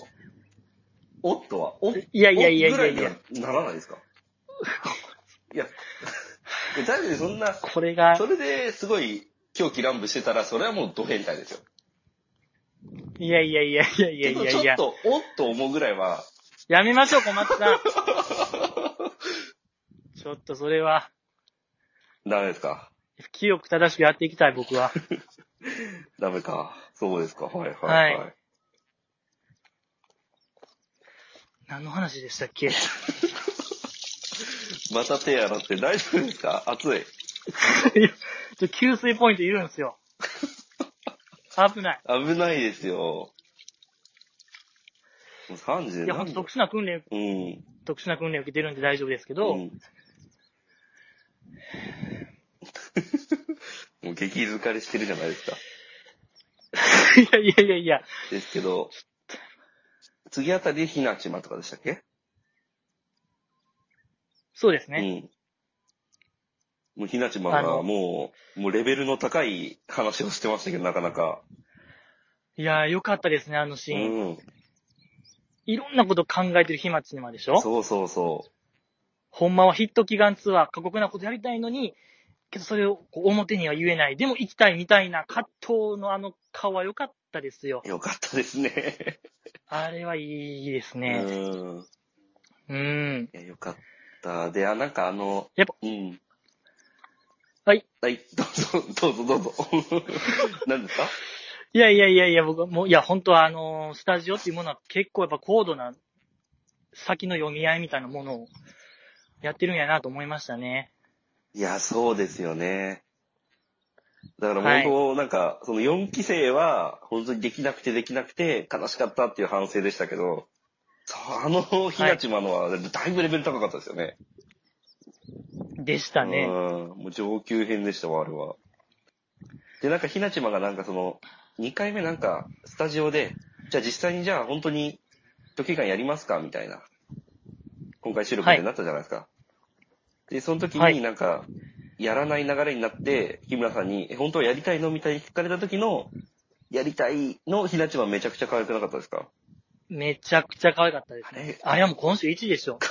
Speaker 2: おっとは、おっ
Speaker 1: いやいやいやい
Speaker 2: おっぐら
Speaker 1: や
Speaker 2: い
Speaker 1: い
Speaker 2: には
Speaker 1: や、
Speaker 2: ならないですかいや、いやだけどそんな、
Speaker 1: これが
Speaker 2: そ、れですごい狂気乱舞してたら、それはもうド変態ですよ。
Speaker 1: いやいやいやいやいやいやい
Speaker 2: ちょ
Speaker 1: や
Speaker 2: っ、と、おっと思うぐらいは、
Speaker 1: やめましょう、小松
Speaker 2: <laughs>
Speaker 1: さん。ちょっとそれは、
Speaker 2: ダメですか
Speaker 1: 清く正しくやっていきたい、僕は。
Speaker 2: ダメか。そうですか。はいは
Speaker 1: はいい
Speaker 2: はい。
Speaker 1: 何の話でしたっけ <laughs>
Speaker 2: また手洗って大丈夫ですか熱い。
Speaker 1: いやちょ、給水ポイントいるんです
Speaker 2: <laughs>
Speaker 1: よ。危ない。
Speaker 2: 危ないですよ。もう3時で
Speaker 1: いや、ほん
Speaker 2: 何
Speaker 1: と
Speaker 2: 度
Speaker 1: 特殊な訓練、
Speaker 2: うん。
Speaker 1: 特殊な訓練受けてるんで大丈夫ですけど、
Speaker 2: うん、もう激疲れしてるじゃないですか。
Speaker 1: いやいやいやいや、
Speaker 2: ですけど、次あたりでひなちまとかでしたっけ、
Speaker 1: そうですね。
Speaker 2: うん。もうひなちま
Speaker 1: あ
Speaker 2: が
Speaker 1: の
Speaker 2: もう、もうレベルの高い話をしてましたけど、なかなか。
Speaker 1: いやー、よかったですね、あのシ
Speaker 2: う
Speaker 1: ーン。
Speaker 2: ん。
Speaker 1: いろんなこと考えてるひまちまでしょ
Speaker 2: そうそうそ
Speaker 1: ほんまはヒット祈願ツアー、過酷なことやりたいのに、けどそれをこう表には言えない。でも行きたいみたいな葛藤のあの顔は良かったですよ
Speaker 2: う。。よかったですね。
Speaker 1: あれはいいです
Speaker 2: う
Speaker 1: ね。
Speaker 2: ん。
Speaker 1: うん。
Speaker 2: いや、よかった。で、あ、なんかあの、
Speaker 1: やっぱ
Speaker 2: うん。
Speaker 1: はい。
Speaker 2: はい、どうぞ、どうぞ、どうぞ。 <laughs> 何ですか
Speaker 1: いやいやいやいや、僕はもう、いや、本当はあのースタジオっていうものは結構やっぱ高度な、先の読み合いみたいなものをやってるんやなと思いましたね。
Speaker 2: いや、そうですよね。だから
Speaker 1: はい
Speaker 2: 本当、なんか、その4期生は、本当にできなくてできなくて、悲しかったっていう反省でしたけど、そうあの、ひなちまのは、だいぶレベル高かったですよね。
Speaker 1: でした
Speaker 2: うん
Speaker 1: ね。。
Speaker 2: もう上級編でしたわ、あれは。で、なんか、ひなちまがなんかその、2回目なんか、スタジオで、じゃあ実際にじゃあ本当に、長期間やりますかみたいな。今回収録
Speaker 1: はい
Speaker 2: になったじゃないですか。で、その時
Speaker 1: はい
Speaker 2: になんか、やらない流れになって、日村さんに、え、本当はやりたいのみたいに聞かれた時の、やりたいのひなちまめちゃくちゃ可愛くなかったですか <laughs>
Speaker 1: めちゃくちゃ可愛かったです
Speaker 2: あ。れ、
Speaker 1: あれはもう今週1でしょ。
Speaker 2: <laughs>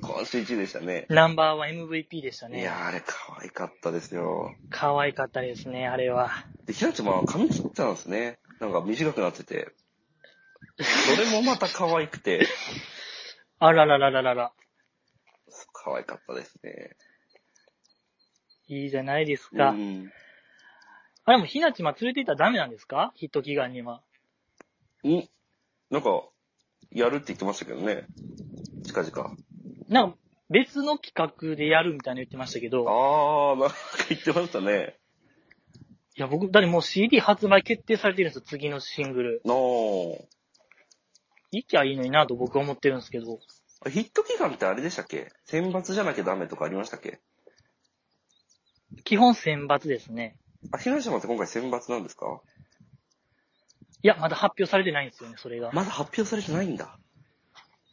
Speaker 2: 今週1でしたね。
Speaker 1: ナンバーワン MVP でした
Speaker 2: い
Speaker 1: ね
Speaker 2: や。ー、あれ可愛かったですよ。
Speaker 1: 可愛かったですね、あれは。
Speaker 2: で、ひなちゃんは髪切ったんですね。なんか短くなってて。それもまた可愛くて、 <laughs>
Speaker 1: あらららららら。
Speaker 2: 可愛かったですね。
Speaker 1: いいじゃないです
Speaker 2: う
Speaker 1: か。
Speaker 2: ん。
Speaker 1: あれもひなちま連れて行ったらダメなんですかヒット祈願には。
Speaker 2: んなんか、やるって言ってましたけどね。近々。
Speaker 1: なんか、別の企画でやるみたいなの言ってましたけど、
Speaker 2: あー、なんか言ってましたね。
Speaker 1: いや、僕、だってもう CD 発売決定されてるんですよ、次のシングル。
Speaker 2: の
Speaker 1: いきゃいいのになと僕は思ってるんですけど、
Speaker 2: ヒット期間ってあれでしたっけ選抜じゃなきゃダメとかありましたっけ
Speaker 1: 基本選抜ですね。
Speaker 2: あ、東山って今回選抜なんですか
Speaker 1: いや、まだ発表されてないんですよね、それが。
Speaker 2: まだ発表されてないんだ。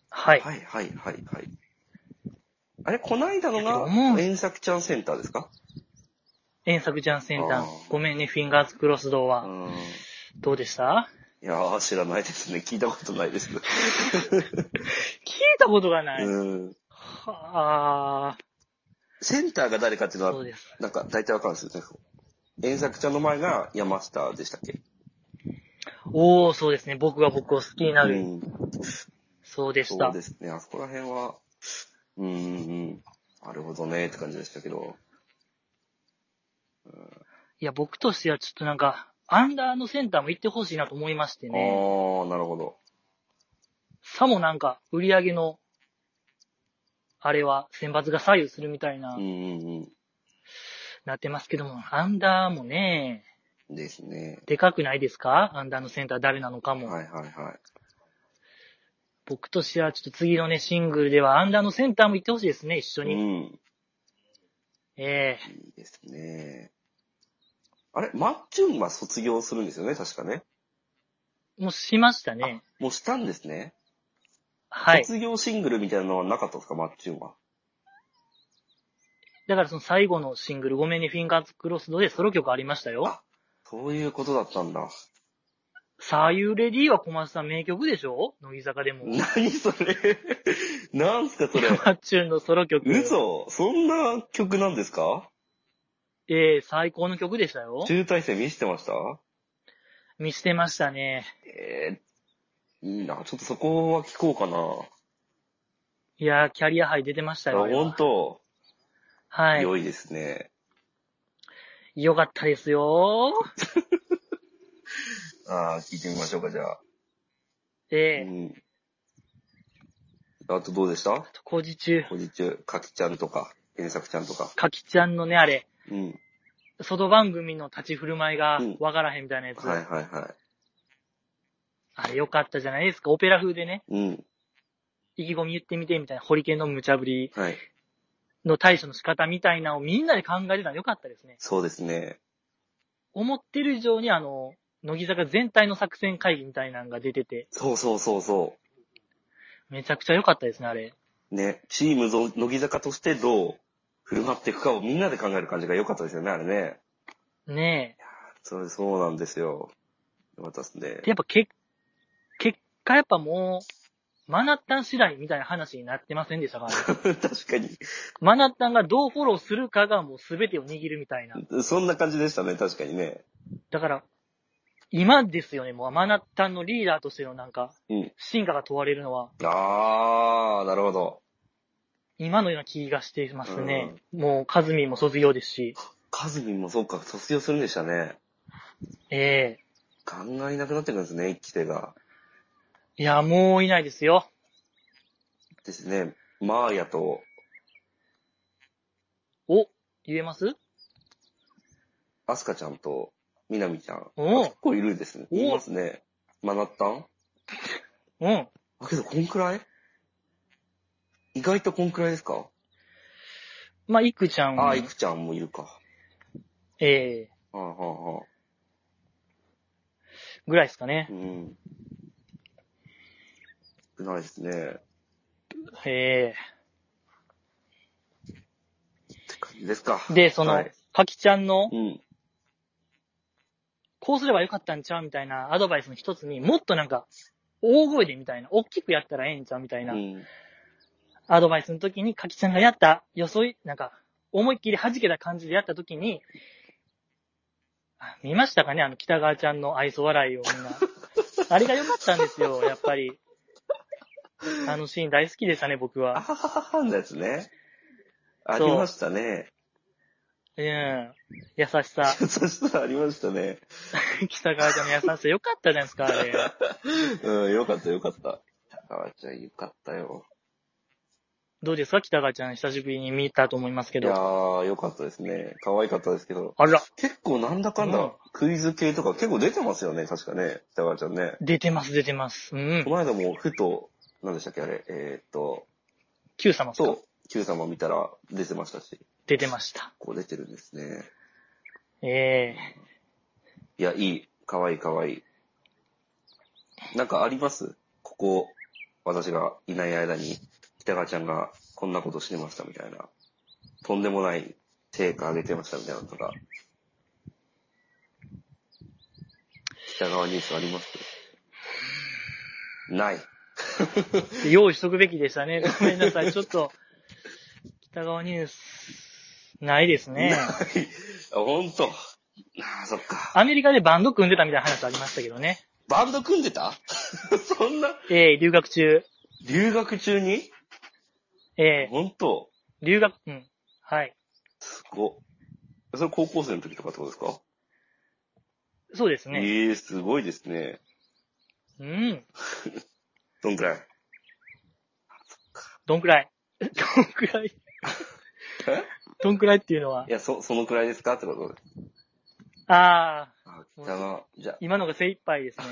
Speaker 1: はい。
Speaker 2: はいはいはいはい。あれ、こないだの
Speaker 1: いやでも
Speaker 2: が、遠作ちゃんセンターですか
Speaker 1: 遠作ジャンセンタ
Speaker 2: あ
Speaker 1: ー
Speaker 2: ー。
Speaker 1: ごめんね、フィンガーズクロスド
Speaker 2: う
Speaker 1: は。
Speaker 2: ん。
Speaker 1: どうでした
Speaker 2: いやー、知らないですね。聞いたことないです。
Speaker 1: 聞いたことがない。
Speaker 2: うん。
Speaker 1: はあ、
Speaker 2: センターが誰かっていうの
Speaker 1: そ
Speaker 2: は
Speaker 1: う、です。
Speaker 2: なんか大体わかるんですよ。遠作ちゃんの前が山下でしたっけ
Speaker 1: おー、そうですね。僕が僕を好きになる。
Speaker 2: うん。
Speaker 1: そうでし
Speaker 2: そ
Speaker 1: た
Speaker 2: う。ですね。あそこら辺は、うんうんうん。なるほどね、って感じでしたけど。
Speaker 1: いや、僕としてはちょっとなんか、アンダーのセンターも行ってほしいなと思いまして
Speaker 2: あ
Speaker 1: ね。
Speaker 2: ー、なるほど。
Speaker 1: さもなんか、売り上げの、あれは、選抜が左右するみたいな、
Speaker 2: うんうん
Speaker 1: なってますけども、アンダーもね、
Speaker 2: うん。ですね。
Speaker 1: でかくないですかアンダーのセンター誰なのかも。
Speaker 2: はいはいはい。
Speaker 1: 僕としてはちょっと次のね、シングルではアンダーのセンターも行ってほしいですね、一緒
Speaker 2: う
Speaker 1: に。
Speaker 2: ん。
Speaker 1: ええ
Speaker 2: いいですね。あれ、マッチュンは卒業するんですよね、確かね。
Speaker 1: もうしましたね。
Speaker 2: もうしたんですね。
Speaker 1: はい。
Speaker 2: 卒業シングルみたいなのはなかったですか、マッチュンは。
Speaker 1: だからその最後のシングル、ごめんね、フィンガーズクロスドでソロ曲ありましたよ
Speaker 2: あ。そういうことだったんだ。
Speaker 1: サユレディは小松さん名曲でしょ乃木坂でも。
Speaker 2: 何それなんすかそれ。
Speaker 1: マッチュンのソロ曲。
Speaker 2: 嘘そんな曲なんですか
Speaker 1: ええ最高の曲でしたよ。
Speaker 2: 中大生見せてました
Speaker 1: 見してましたね。
Speaker 2: えー、いいな。ちょっとそこは聞こうかな。
Speaker 1: いやー、キャリアハイ出てましたよ。
Speaker 2: あ、本当、
Speaker 1: はい。
Speaker 2: 良いですね。
Speaker 1: よかったですよ
Speaker 2: あー聞いてみましょうか、じゃあ。
Speaker 1: ー。ええ
Speaker 2: うん。あとどうでした
Speaker 1: 工事中、
Speaker 2: こんにちは。かきちゃんとか、原作ちゃんとか。
Speaker 1: かきちゃんのね、あれ、
Speaker 2: うん。
Speaker 1: 外番組の立ち振る舞いが
Speaker 2: うん
Speaker 1: わからへんみたいなやつ。
Speaker 2: はいはいは
Speaker 1: あれよかったじゃないですか。オペラ風でね、
Speaker 2: い。うん。
Speaker 1: 意気込み言ってみてみたいな、ホリケンの無茶ぶり
Speaker 2: はい。
Speaker 1: の対処の仕方みたいなのをみんなで考えてたのよかったですね。
Speaker 2: そうですね。
Speaker 1: 思ってる以上にあの、乃木坂全体の作戦会議みたいなのが出てて、
Speaker 2: そうそうそうそ
Speaker 1: めちゃくちゃ良かったですね、あれ。
Speaker 2: う。ね。チームぞ乃木坂としてどう振る舞っていくかをみんなで考える感じが良かったですよね、あれね。
Speaker 1: ね
Speaker 2: そう、そうなんですよ。良かったですね <laughs>
Speaker 1: え。で、。やっぱけ、結果やっぱもう、マナッタン次第みたいな話になってませんでしたから、ね、
Speaker 2: 確か
Speaker 1: マナッタンがどうフォローするかがもう全てを握るみたいな。
Speaker 2: に。そんな感じでしたね、確かにね。
Speaker 1: だから、今ですよね、もうマナッタンのリーダーとしてのなんか、
Speaker 2: うん。
Speaker 1: 進化が問われるのは、
Speaker 2: あー、なるほど。
Speaker 1: 今のような気がしていますね。もう、カズミンも卒業ですし、
Speaker 2: カズミンもそうか、卒業するんでしたね。
Speaker 1: ええ
Speaker 2: 考えなくなってくるんですね、一期生が。
Speaker 1: いや、もういないですよ。
Speaker 2: ですね。マーヤと、
Speaker 1: お、言えます
Speaker 2: アスカちゃんと、みなみちゃん。
Speaker 1: おう
Speaker 2: 結構いるんですね。
Speaker 1: おう
Speaker 2: いますね。マナッタン
Speaker 1: うん。
Speaker 2: あ、けどこんくらい意外とこんくらいですか、
Speaker 1: まあ、いくちゃん
Speaker 2: あ
Speaker 1: は
Speaker 2: あ、いくちゃんもいるか。
Speaker 1: ええ
Speaker 2: はあ、はあはあ、
Speaker 1: ぐらいですかね
Speaker 2: う。ん。少ないですね。
Speaker 1: え
Speaker 2: って感じですか
Speaker 1: え。で、その、
Speaker 2: はい
Speaker 1: かきちゃんの
Speaker 2: う、ん。
Speaker 1: こうすればよかったんちゃうみたいなアドバイスの一つに、もっとなんか、大声でみたいな、大きくやったらええんちゃうみたいうな、
Speaker 2: ん。
Speaker 1: アドバイスの時に、かきちゃんがやった、よそい、なんか、思いっきり弾けた感じでやった時に、あ見ましたかねあの、北川ちゃんの愛想笑いをみ
Speaker 2: <laughs>
Speaker 1: んな。あれが良かったんですよ、やっぱり。あのシーン大好きでしたね、僕
Speaker 2: あ
Speaker 1: は。
Speaker 2: ははははのやつね。あ
Speaker 1: そう
Speaker 2: りましたね。
Speaker 1: うん。優しさ。
Speaker 2: そしたらありましたね。
Speaker 1: 北川ちゃんの優しさ良かったじゃないですか、あれ。
Speaker 2: うん、よかったよかった。高川ちゃんよかったよ。
Speaker 1: どうですか北川ちゃん、久しぶりに見たと思いますけ
Speaker 2: いや
Speaker 1: ど。
Speaker 2: ー、よかったですね。可愛かったですけど。
Speaker 1: あら、
Speaker 2: 結構なんだかんだ、
Speaker 1: うん
Speaker 2: クイズ系とか結構出てますよね、確かね。北川ちゃんね。
Speaker 1: 出てます、出てます。うん
Speaker 2: こ。の間もふと、何でしたっけあれ、えーっと、
Speaker 1: Q 様ですか
Speaker 2: そう、Q 様見たら出てましたし、
Speaker 1: 出てました。
Speaker 2: こう出てるんですね。
Speaker 1: ええ
Speaker 2: いや、いい。かわいいかわいい。なんかありますここ、私がいない間に、北川ちゃんがこんなことしてましたみたいな。とんでもない成果上げてましたみたいなのとか。北川ニュースありますない。
Speaker 1: で用意しとくべきでした <laughs> ね。ごめんなさい。ちょっと、北川ニュース、ないですね
Speaker 2: ない。。あほんと。ああ、そっか。
Speaker 1: アメリカでバンド組んでたみたいな話ありましたけどね。
Speaker 2: バンド組んでた <laughs> そんな、
Speaker 1: ええ留学中。
Speaker 2: 留学中に
Speaker 1: ええ
Speaker 2: ほんと。
Speaker 1: 留学、うん。はい。
Speaker 2: すごっ。それ高校生の時とかってことですか
Speaker 1: そうですね。
Speaker 2: ええすごいですね。
Speaker 1: うん。
Speaker 2: どんくらい
Speaker 1: どんくらい <laughs> どんくらい
Speaker 2: え。
Speaker 1: どんくらいっていうのはい
Speaker 2: や、そ、そのくらいですかってことで。
Speaker 1: ああ、
Speaker 2: あ、北川、じゃ
Speaker 1: 今のが精一杯ですね。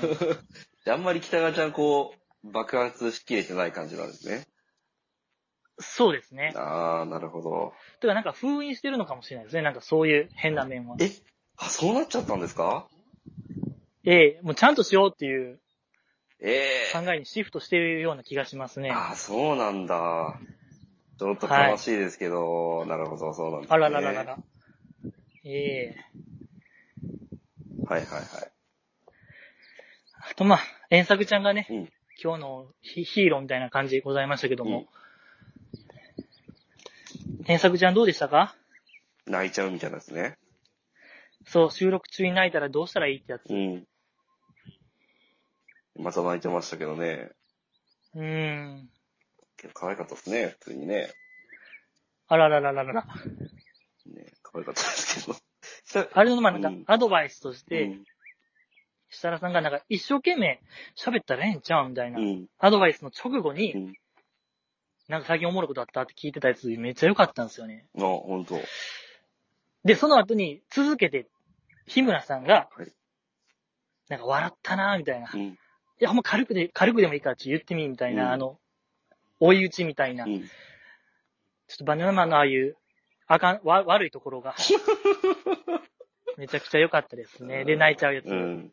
Speaker 1: <laughs>
Speaker 2: あ、あんまり北川ちゃんこう、爆発しきれてない感じなんですね。
Speaker 1: そうですね。
Speaker 2: ああ、なるほど。
Speaker 1: てかなんか封印してるのかもしれないですね。なんかそういう変な面は。
Speaker 2: えあ、そうなっちゃったんですか
Speaker 1: ええもうちゃんとしようっていう
Speaker 2: ええ
Speaker 1: 考えにシフトしてるような気がしますね。
Speaker 2: ああ、そうなんだ。ちょっと悲しいですけど、なるほど、そうなんです、ね。
Speaker 1: あららららら。ええ
Speaker 2: はいはいは
Speaker 1: あとまあ、遠作ちゃんがね、
Speaker 2: い。うん。
Speaker 1: 今日のヒヒーローみたいな感じでございましたけども。遠作ちゃんどうでしたか
Speaker 2: 泣いちゃうみたいなんですね。
Speaker 1: そう、収録中に泣いたらどうしたらいいってやつ。
Speaker 2: うん。また泣いてましたけどね。
Speaker 1: うーん。
Speaker 2: けど可愛かったですね、普通にね。
Speaker 1: あらららららら。
Speaker 2: ね可愛かったですけど。さ
Speaker 1: あれの、まあ、な
Speaker 2: うんん
Speaker 1: か、アドバイスとして、
Speaker 2: うん
Speaker 1: 設楽さんがなんか、一生懸命喋ったらええんちゃうみたいな、
Speaker 2: うん。
Speaker 1: アドバイスの直後
Speaker 2: う
Speaker 1: に、
Speaker 2: ん。
Speaker 1: なんか最近おもろいことあったって聞いてたやつ、めっちゃ良かったんですよね。
Speaker 2: あ、ほんと。
Speaker 1: で、その後に、続けて、日村さんが
Speaker 2: はい、
Speaker 1: なんか、笑ったなみたいな。
Speaker 2: う
Speaker 1: い
Speaker 2: ん。
Speaker 1: や、ほんま軽くで、軽くでもいいから、ちょっと言ってみ、みたいな、
Speaker 2: うん
Speaker 1: あの、追い打ちみたいな、
Speaker 2: う
Speaker 1: ちょ
Speaker 2: ん。
Speaker 1: っとバナナマンのああいう、あかん、わ、悪いとこ
Speaker 2: <laughs>
Speaker 1: ろが、めちゃくちゃ良かったですね。で、泣いちゃうやつ、
Speaker 2: うん。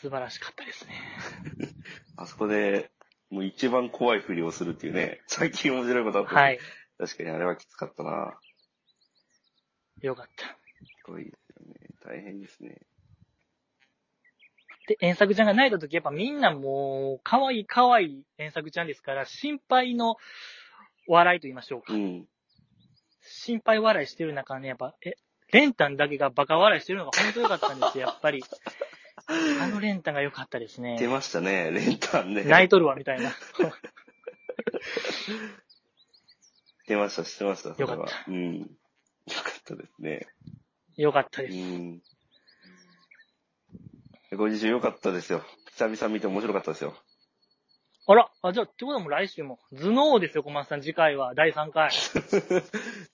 Speaker 1: 素晴らしかったですね。
Speaker 2: あそこで、もう一番怖いふりをするっていうね。最近面白いことあった。。
Speaker 1: はいい。
Speaker 2: 確かにあれはきつかったな。
Speaker 1: よかった。
Speaker 2: すごいですよね。大変ですね。
Speaker 1: で、遠作ちゃんが泣いた時、やっぱみんなもう、可愛い可愛い遠作ちゃんですから、心配の笑いと言いましょうか。
Speaker 2: うん。
Speaker 1: 心配笑いしてる中ね、やっぱ、え、レンタンだけがバカ笑いしてるのが本当良かったん
Speaker 2: <laughs>
Speaker 1: ですよ、やっぱり。あのレンタンが良かったですね
Speaker 2: 出。ましたね、レンタンね。
Speaker 1: 泣いとるわ、みたいな。
Speaker 2: 出ました、してました、それは。
Speaker 1: よかっ
Speaker 2: うん。よかったですね。
Speaker 1: 良かった
Speaker 2: う
Speaker 1: です。
Speaker 2: ん。ご自身良かったですよ。久々見て面白かったですよ。
Speaker 1: あら、あ、じゃあ、ってことはもう来週も。頭脳ですよ、小松さん、次回は、第3回。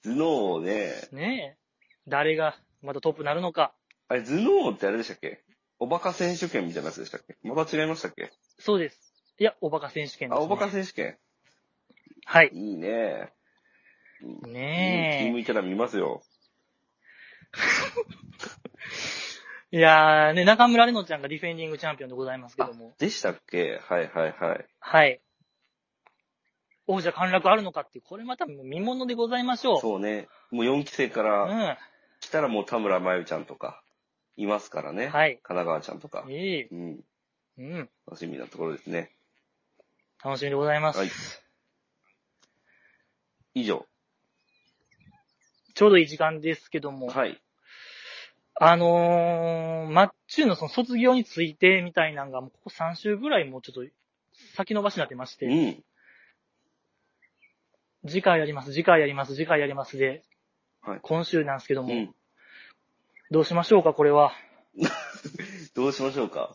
Speaker 2: 頭脳ね、
Speaker 1: ねえ。誰が、またトップなるのか。
Speaker 2: あれ、頭脳ってあれでしたっけおバカ選手権みたいなやつでしたっけまた違いましたっけ
Speaker 1: そうです。いや、おバカ選手権です、
Speaker 2: あ、
Speaker 1: ね。
Speaker 2: おバカ選手権。
Speaker 1: はい。
Speaker 2: いいね。
Speaker 1: ねえ。
Speaker 2: うん、気抜いたら見ますよ。
Speaker 1: いやーね、中村れのちゃんがディフェンディングチャンピオンでございますけ
Speaker 2: あ
Speaker 1: ども、、
Speaker 2: でしたっけはいはいはい。
Speaker 1: はい。王者陥落あるのかっていう、これまたもう見物でございましょう。
Speaker 2: そうね。もう4期生か
Speaker 1: う
Speaker 2: ら
Speaker 1: ん。
Speaker 2: 来たらもう田村真由ちゃんとか、いますからね。
Speaker 1: はい
Speaker 2: 神奈川ちゃんとか。
Speaker 1: いい。
Speaker 2: うん。
Speaker 1: うん。
Speaker 2: 楽しみなところですね。
Speaker 1: 楽しみでございます。
Speaker 2: はい以上。
Speaker 1: ちょうどいい時間ですけども、
Speaker 2: はい。
Speaker 1: あのー、マッチューのその卒業についてみたいなのが、もうここ3週ぐらいもうちょっと先延ばしになってまし
Speaker 2: う
Speaker 1: て、
Speaker 2: ん。
Speaker 1: 次回やります、次回やります、次回やりますで、
Speaker 2: はい
Speaker 1: 今週なんですけど
Speaker 2: う
Speaker 1: も、
Speaker 2: ん。
Speaker 1: どうしましょうか、これは。
Speaker 2: どうしましょうか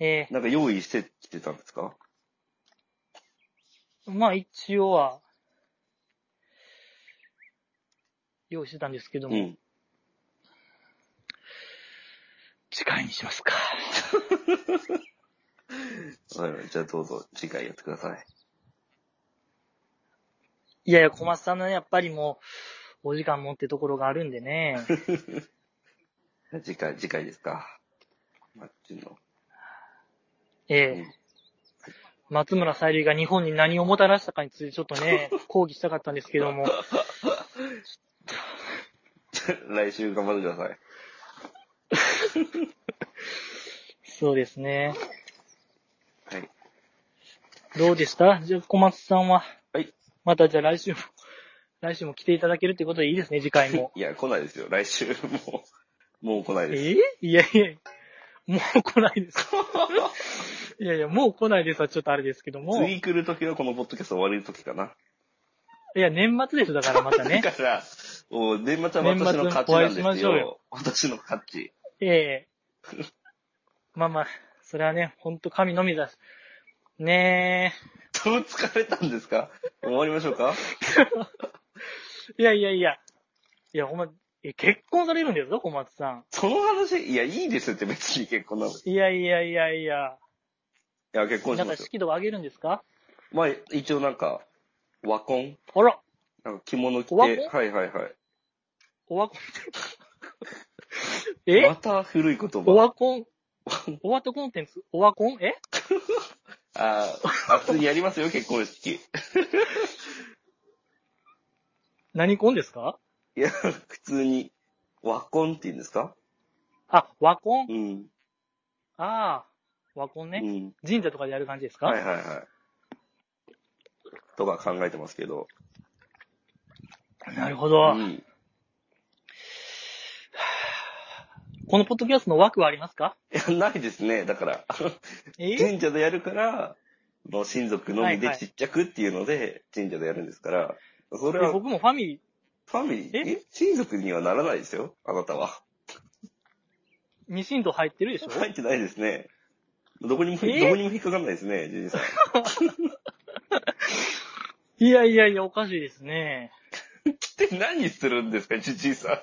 Speaker 1: え
Speaker 2: なんか用意してきてたんですか
Speaker 1: ー、まあ一応は、用意してたんですけど
Speaker 2: う
Speaker 1: も、
Speaker 2: ん。
Speaker 1: 次回にしますか。
Speaker 2: はいはいじゃあどうぞ次回やってください。
Speaker 1: いやいや、小松さんのねやっぱりもう、お時間もってところがあるんでね。
Speaker 2: 次回、次回ですか。マッチンの。 <laughs>
Speaker 1: ええ
Speaker 2: うん
Speaker 1: 松村沙莉が日本に何をもたらしたかについてちょっと
Speaker 2: <laughs>
Speaker 1: ね、抗議したかったんですけども、
Speaker 2: 来週頑張ってください。
Speaker 1: そうですね。
Speaker 2: はい。
Speaker 1: どうでしたじゃあ小松さんは。
Speaker 2: はい。。
Speaker 1: またじゃあ来週も、来週も来ていただけるってことでいいですね、次回も
Speaker 2: <laughs> いや、来ないですよ。来週、もう、もう来ないです。
Speaker 1: えいやいや、もう来ない
Speaker 2: <laughs>
Speaker 1: です。いやいや、もう来ないですはちょっとあれですけども。い
Speaker 2: 次来る時はこのポッドキャスト終わる時かな。
Speaker 1: や、年末ですだからまた
Speaker 2: <laughs>
Speaker 1: ね
Speaker 2: だ。から、お年末は私の勝ち
Speaker 1: 年末
Speaker 2: なん
Speaker 1: お会いしま
Speaker 2: です
Speaker 1: しょう
Speaker 2: よ
Speaker 1: よ。
Speaker 2: 私の勝ち。
Speaker 1: ええまあまあ、それはね、ほんと神のみだし。ね
Speaker 2: どう疲れたんですか終わりましょうか
Speaker 1: え。いやいやいや。いや、ほんま、え結婚されるんですか、小松さん。
Speaker 2: その話、いや、いいですって別に結婚なの。い
Speaker 1: いやいやいやいや。
Speaker 2: や、結婚し
Speaker 1: なん
Speaker 2: ま
Speaker 1: か
Speaker 2: すよ。
Speaker 1: 式度を上げるんですか
Speaker 2: まあ、一応なんか、和婚
Speaker 1: あら、
Speaker 2: なんか着物着て、
Speaker 1: 和
Speaker 2: はい
Speaker 1: 婚
Speaker 2: はいはい。
Speaker 1: オワコンって。え
Speaker 2: また古い言
Speaker 1: オ
Speaker 2: 葉。
Speaker 1: ワコン、オワトコンテンツオワコンえ
Speaker 2: ああ、普通にやりますよ、結婚式。 <laughs>
Speaker 1: 何コンですか
Speaker 2: いや、普通に、和婚って言うんですか
Speaker 1: あ、ワコン
Speaker 2: うん。
Speaker 1: ああ、ワコン
Speaker 2: う
Speaker 1: ね。
Speaker 2: ん。
Speaker 1: 神社とかでやる感じですか、
Speaker 2: はいはいはい。とか考えてますけど。
Speaker 1: なるほど、
Speaker 2: うん。
Speaker 1: このポッドキャストの枠はありますか
Speaker 2: いや、ないですね。だから、
Speaker 1: え
Speaker 2: 神社でやるから、もう親族のみ
Speaker 1: はい
Speaker 2: で
Speaker 1: はい
Speaker 2: ちっちゃくっていうので、神社でやるんですから、それはフ
Speaker 1: 僕もファミリー、
Speaker 2: ァミリー、
Speaker 1: え
Speaker 2: え親族にはならないですよ、あなたは。
Speaker 1: ミシンと入ってるでしょ
Speaker 2: 入ってないですね。どこにも、どこ
Speaker 1: え
Speaker 2: にも引っかかんないですね、ジェニーさん。
Speaker 1: いやいやいや、おかしいですね。
Speaker 2: 来て何するんですか、ジェニーさん。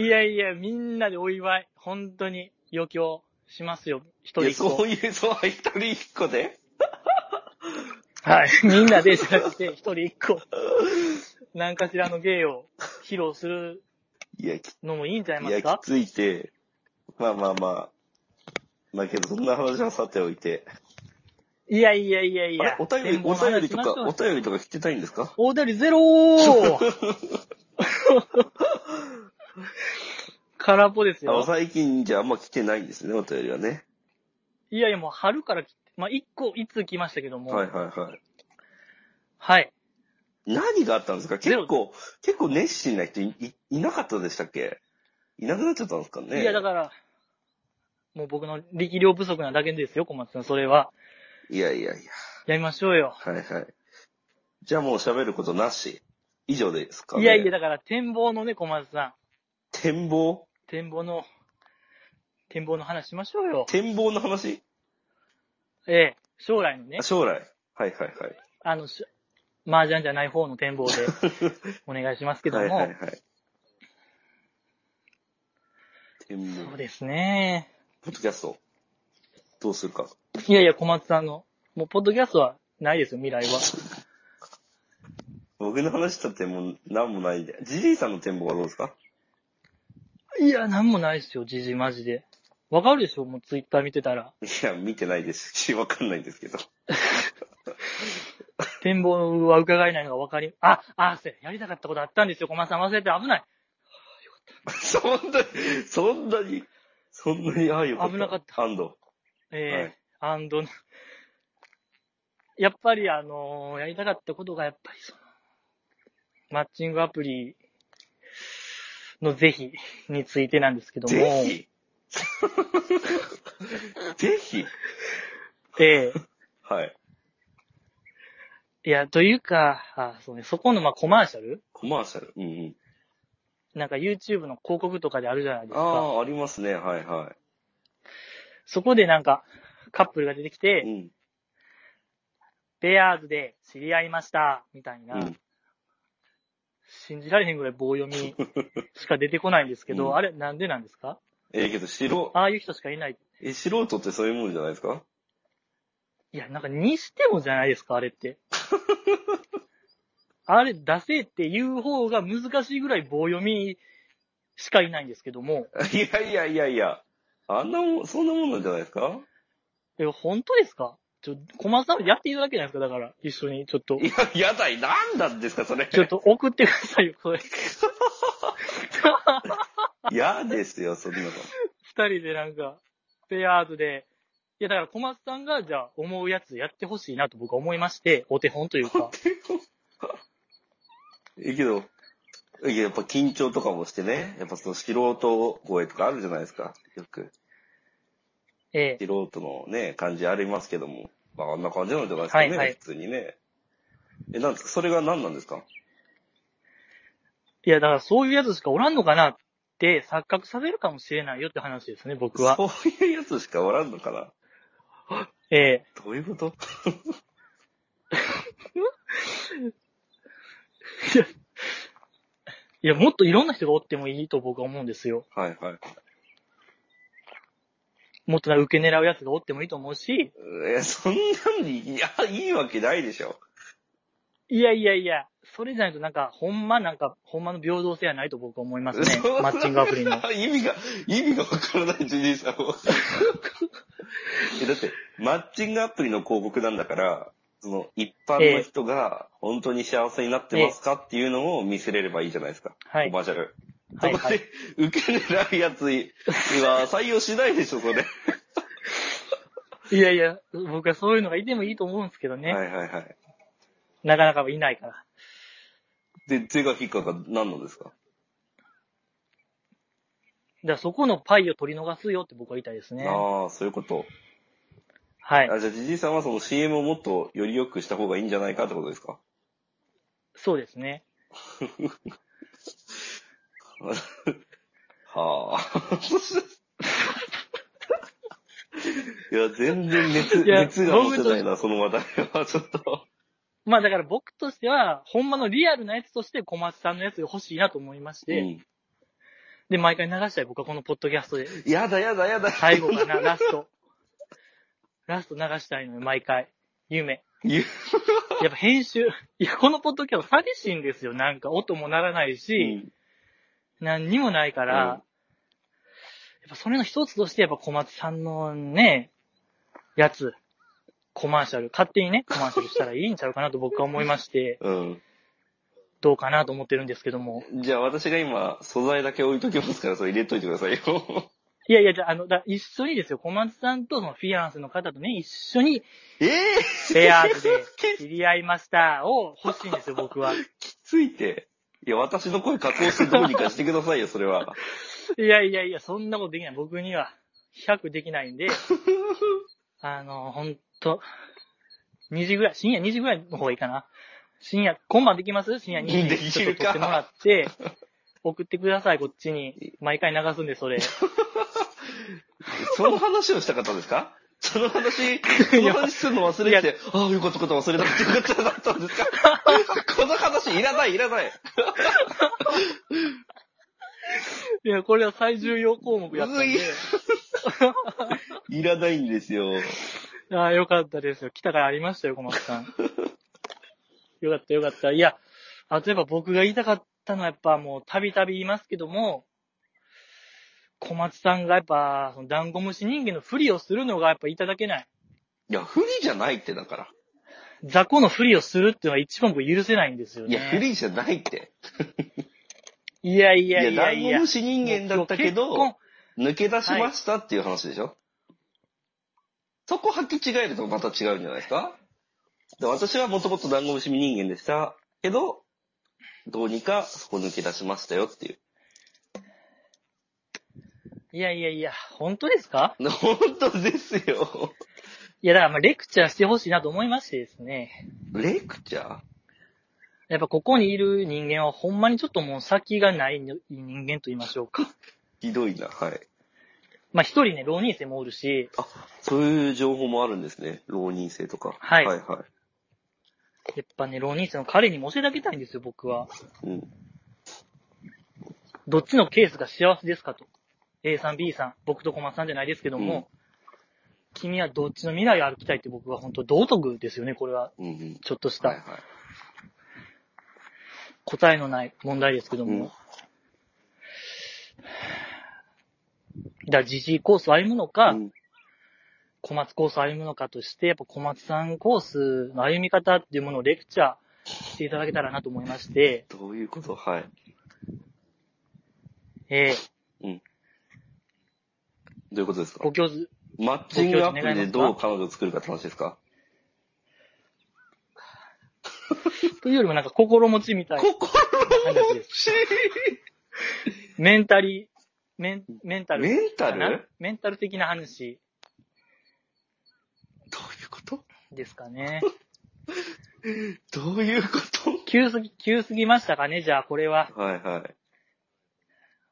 Speaker 1: いやいや、みんなでお祝い、本当に余興しますよ、一
Speaker 2: い
Speaker 1: 人一
Speaker 2: や、
Speaker 1: 個
Speaker 2: そういう、そう、一人一個で
Speaker 1: はい。 <laughs> みんなでじゃなくて、一人一個、何かしらの芸を披露する
Speaker 2: いや、き
Speaker 1: のもいいんちゃいま
Speaker 2: い
Speaker 1: す
Speaker 2: や、
Speaker 1: か
Speaker 2: きついて、まあまあまあ。まあけど、そんな話はさておいて。
Speaker 1: いやいやいやい
Speaker 2: あ
Speaker 1: や
Speaker 2: れ。お便り、
Speaker 1: 展望
Speaker 2: お
Speaker 1: の話
Speaker 2: 便りと
Speaker 1: しまし
Speaker 2: か
Speaker 1: ょ、う
Speaker 2: お便りとか来てないんですか
Speaker 1: お便り
Speaker 2: <laughs>
Speaker 1: ゼロー空っぽです
Speaker 2: あ
Speaker 1: よ。
Speaker 2: 最近じゃあんま来てないんですね、お便りはね。
Speaker 1: いやいや、もう春から来て、まあ、一個、いつ来ましたけども。
Speaker 2: はいはいはい。
Speaker 1: はい。
Speaker 2: 何があったんですか
Speaker 1: ゼロ
Speaker 2: 結構、結構熱心な人いいいなかったでしたっけいなくなっちゃったんですかね
Speaker 1: いや、だから、もう僕の力量不足なだけですよ、小松さん。それは。
Speaker 2: いやいやいや。
Speaker 1: やりましょうよ。
Speaker 2: はいはい。じゃあもう喋ることなし。以上ですか、ね、
Speaker 1: いやいや、だから展望のね、小松さん。
Speaker 2: 展望
Speaker 1: 展望の、展望の話しましょうよ。
Speaker 2: 展望の話
Speaker 1: ええ、将来のね
Speaker 2: あ、将来。はいはいはい。
Speaker 1: あの、し麻雀じゃない方の展
Speaker 2: <laughs>
Speaker 1: 望でお願いしますけど
Speaker 2: はいはいは
Speaker 1: も
Speaker 2: い。。展望。
Speaker 1: そうですね。
Speaker 2: ポッドキャスト。どうするか。
Speaker 1: いやいや、小松さんの、もう、ポッドキャストはないですよ、未来は。
Speaker 2: 僕の話したってもう何もないんで。ジジイさんの展望はどうですか
Speaker 1: いや、なんもないですよ、じじマジで。わかるでしょもう、ツイッター見てたら。
Speaker 2: いや、見てないですし、わかんないんですけど。 <laughs>
Speaker 1: 展望は伺えないのがわかり、あ、あ、せ、やりたかったことあったんですよ、小松さん忘れて危ない。
Speaker 2: そんなに、そんなに、そんなに、ああよ
Speaker 1: 危なかった
Speaker 2: 安藤。
Speaker 1: ええアンドの、 <laughs> やっぱりあのーやりたかったことが、やっぱりその、マッチングアプリの是非についてなんですけども、
Speaker 2: ぜひ <laughs> ぜひ
Speaker 1: ええ
Speaker 2: はい。
Speaker 1: いや、というか、あそうね、そこのまあコマーシャル
Speaker 2: コマーシャル。うんうん。
Speaker 1: なんか YouTube の広告とかであるじゃないですか。
Speaker 2: ああ、ありますね。はいは
Speaker 1: そこでなんかカップルが出てき
Speaker 2: い。う
Speaker 1: て、
Speaker 2: ん。
Speaker 1: ベアーズで知り合いました、みたいな、
Speaker 2: うん。
Speaker 1: 信じられへんぐらい棒読みしか出てこないんですけど、
Speaker 2: うん
Speaker 1: あれなんでなんですか
Speaker 2: ええけど、素
Speaker 1: ああいう人しかいない。
Speaker 2: え、素人ってそういうもんじゃないですか <laughs>
Speaker 1: いや、なんかにしてもじゃないですか、あれ
Speaker 2: <laughs>
Speaker 1: って。あれ出せって言う方が難しいぐらい棒読みしかいないんですけども、
Speaker 2: いやいやいやいや。あんなもん、そんなもんなんじゃないですか
Speaker 1: え、本当ですかちょ、小松さんやっていただけないですかだから、一緒に、ちょっと
Speaker 2: い。や、やだい、なんなんですか、それ。
Speaker 1: ちょっと送ってくださいよ、これ。
Speaker 2: 嫌ですよ、そんなの。 <laughs>
Speaker 1: 二人でなんか、ペアーズで。いや、だから小松さんが、じゃあ、思うやつやってほしいなと僕は思いまして、お手本という
Speaker 2: <laughs>
Speaker 1: か。
Speaker 2: ええけど、ええけどやっぱ緊張とかもしてね、やっぱその素人声とかあるじゃないですか。よく。
Speaker 1: ええ
Speaker 2: 素人のね、感じありますけども。まあ、あんな感じなんじゃないですかね、
Speaker 1: はいはい
Speaker 2: 普通にね。え、なんですかそれが何なんですか
Speaker 1: いや、だからそういうやつしかおらんのかなって錯覚させるかもしれないよって話ですね、僕は。
Speaker 2: そういうやつしかおらんのかな
Speaker 1: ええ
Speaker 2: どういうこと <laughs>
Speaker 1: いや、もっといろんな人がおってもいいと僕は思うんですよ。
Speaker 2: はいはい。
Speaker 1: もっとなんか受け狙うやつがおってもいいと思うし、
Speaker 2: え、そんなんに、いや、いいわけないでしょ。
Speaker 1: いやいやいや、それじゃないとなんか、ほんまなんか、ほんまの平等性はないと僕は思いますね
Speaker 2: そん。な
Speaker 1: マッチングアプリの。
Speaker 2: 意味が、意味がわからないジュニ
Speaker 1: <laughs>
Speaker 2: ーさんを。えだって、マッチングアプリの広告なんだから、その、一般の人が本当に幸せになってますかっていうのを見せれればいいじゃないですか。
Speaker 1: はい
Speaker 2: コマーシャル。
Speaker 1: はい
Speaker 2: そこ
Speaker 1: は
Speaker 2: で
Speaker 1: い。、
Speaker 2: 受け狙うやついは採用しないでしょ、それ。
Speaker 1: いやいや、僕はそういうのがいてもいいと思うんですけどね。
Speaker 2: はいはいはい。
Speaker 1: なかなかいないから。
Speaker 2: で、手が引っかか何のですか
Speaker 1: だからそこのパイを取り逃すよって僕は言いたいですね。
Speaker 2: ああ、そういうこと。
Speaker 1: はい。
Speaker 2: あじゃあ、じじいさんはその CM をもっとより良くした方がいいんじゃないかってことですか
Speaker 1: そうですね。
Speaker 2: はあ。
Speaker 1: <laughs>
Speaker 2: いや、全然熱、
Speaker 1: いや
Speaker 2: 熱が持てないな、その話題は。ちょっと。
Speaker 1: まあだから僕としては、ほんまのリアルなやつとして小松さんのやつが欲しいなと思いまして、
Speaker 2: うん
Speaker 1: で、毎回流したい僕はこのポッドキャストで、
Speaker 2: やだやだやだ。
Speaker 1: 最後かな、ラスト。ラスト流したいのよ、毎回。夢。
Speaker 2: <laughs> 言う
Speaker 1: やっぱ編集。いや、このポッドキャスト寂しいんですよ。なんか音も鳴らないし、何にもないから、
Speaker 2: うん
Speaker 1: やっぱそれの一つとして、やっぱ小松さんのね、やつ、コマーシャル、勝手にね、コマーシャルしたらいいんちゃうかなと <laughs> 僕は思いまして、
Speaker 2: うん。
Speaker 1: どうかなと思ってるんですけども。
Speaker 2: じゃあ、私が今、素材だけ置いときますから、それ入れといてくださいよ。
Speaker 1: いやいや、じゃあ、あの、だ一緒にですよ、小松さんとそのフィアンスの方とね、一緒に、
Speaker 2: ええ
Speaker 1: ペアー
Speaker 2: <laughs>
Speaker 1: ズ <laughs> で知り合いましたを欲 <laughs> しいんですよ、僕は。
Speaker 2: きついて。いや、私の声加工してどうにかしてくださいよ、それは。
Speaker 1: いやいやいや、そんなことできない。僕には100できないんで、 <laughs> あの、ほんと、2時ぐらい、深夜2時ぐらいの方がいいかな。深夜、今晩できます深夜2時
Speaker 2: で
Speaker 1: に
Speaker 2: き
Speaker 1: ちょっと
Speaker 2: る
Speaker 1: 撮っ
Speaker 2: か
Speaker 1: てもらって、送ってください、こっちに。毎回流すんで、 <laughs> それ。
Speaker 2: その話をしたかったんですかその話、その話するの忘れてて、ああ、よかったよかった忘れなくてよかっただったんですかこの話いらないいらない。
Speaker 1: いや、これは最重要項目やったんで。
Speaker 2: いらないんですよ。
Speaker 1: ああ、よかったですよ。来たからありましたよ、小松さ
Speaker 2: <laughs>
Speaker 1: ん。よかった、よかった。いや、あとやっぱ僕が言いたかったのは、やっぱもう、たびたび言いますけども、小松さんがやっぱ、その、ダンゴムシ人間のふりをするのがやっぱいただけない。
Speaker 2: いや、不利じゃないってだから。
Speaker 1: 雑魚のふりをするっていうのは一番僕許せないんですよ
Speaker 2: い
Speaker 1: ね。
Speaker 2: や、不利じゃないって。
Speaker 1: いやい
Speaker 2: い
Speaker 1: や
Speaker 2: や、
Speaker 1: いや
Speaker 2: ダン
Speaker 1: い
Speaker 2: ゴ
Speaker 1: や。
Speaker 2: ムシ人間だったけ
Speaker 1: もう
Speaker 2: ど、抜け出しましたっていう話でしょ、そこ履き違えるとまた違うんじゃないですかで私はもともとダンゴムシ人間でしたけど、どうにかそこ抜け出しましたよっていう。
Speaker 1: いやいやいや、本当ですか
Speaker 2: <laughs> 本当ですよ。
Speaker 1: いや、だからまあ、レクチャーしてほしいなと思いましてですね。
Speaker 2: レクチャー
Speaker 1: やっぱここにいる人間はほんまにちょっともう先がない人間と言いましょうか。 <laughs>
Speaker 2: ひどいな、はい。
Speaker 1: まあ一人ね、浪人生もおるし、
Speaker 2: あ、そういう情報もあるんですね。浪人生とか。
Speaker 1: はい
Speaker 2: はいは
Speaker 1: やっぱね、浪人生の彼にも教えてあげたいんですよ、僕は。
Speaker 2: うん。
Speaker 1: どっちのケースが幸せですかと。A さん、B さん、僕と駒さんじゃないですけども、
Speaker 2: うん
Speaker 1: 君はどっちの未来を歩きたいって僕は本当道徳ですよね、これは。
Speaker 2: うんうん。
Speaker 1: ちょっとし
Speaker 2: はい
Speaker 1: た
Speaker 2: はい。
Speaker 1: 答えのない問題ですけども。
Speaker 2: うん
Speaker 1: だから、自治コースを歩むのか、
Speaker 2: うん
Speaker 1: 小松コースを歩むのかとして、やっぱ小松さんコースの歩み方っていうものをレクチャーしていただけたらなと思いまして、
Speaker 2: どういうことはい。
Speaker 1: え
Speaker 2: どういうことです
Speaker 1: ー、
Speaker 2: か
Speaker 1: ご教授、
Speaker 2: マッチングアプリで
Speaker 1: ご教
Speaker 2: どう彼女を作るかって話ですか
Speaker 1: というよりもなんか心持ちみたいな
Speaker 2: 心
Speaker 1: 話です。
Speaker 2: しい
Speaker 1: メンタリー、メン、メンタル。
Speaker 2: メンタ
Speaker 1: か
Speaker 2: ルどうい
Speaker 1: なメンタル的な話
Speaker 2: うこと
Speaker 1: ですかね。
Speaker 2: どういうこ
Speaker 1: 急すぎ、急すぎましたかねじゃあこれは。
Speaker 2: とはいはい。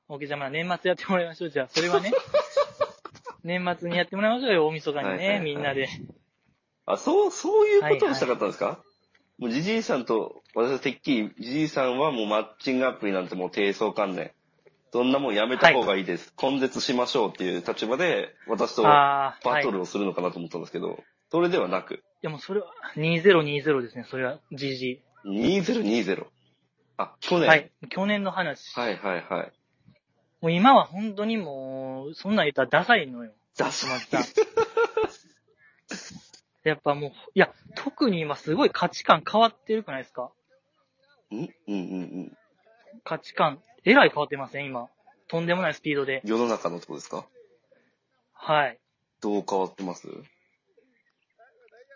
Speaker 1: オケちゃんまだ年末やってもらいましょう。じゃあそれはね。年末にやってもらいましょうよ。大晦日にね、
Speaker 2: はいはいはい
Speaker 1: みんなで。
Speaker 2: あ、そう、そういうことをしたかったんですか、もうじじいさんと、私はてっきり、じじいさんはもうマッチングアプリなんてもう低層観念。どんなもんやめた方がいいです。根絶しましょうっていう立場で、私とバ
Speaker 1: ああ、はい。
Speaker 2: ト
Speaker 1: い
Speaker 2: ルをするのかなと思ったんですけど、それではなく、
Speaker 1: やもうそれは、2020ですね。それは、GG。
Speaker 2: 2020。あ、去年。
Speaker 1: は
Speaker 2: はい、
Speaker 1: い。去年の話。
Speaker 2: はい、はいはい。
Speaker 1: もう今は本当にもう、そんなん言ったらダサいのよ。
Speaker 2: 出し
Speaker 1: ま
Speaker 2: <laughs>
Speaker 1: した。やっぱもう、いや、特に今すごい価値観変わってるくないですか
Speaker 2: うんうんうんうん。
Speaker 1: 価値観、えらい変わってません、今。とんでもないスピードで。
Speaker 2: 世の中のとこですか
Speaker 1: はい。
Speaker 2: どう変わってます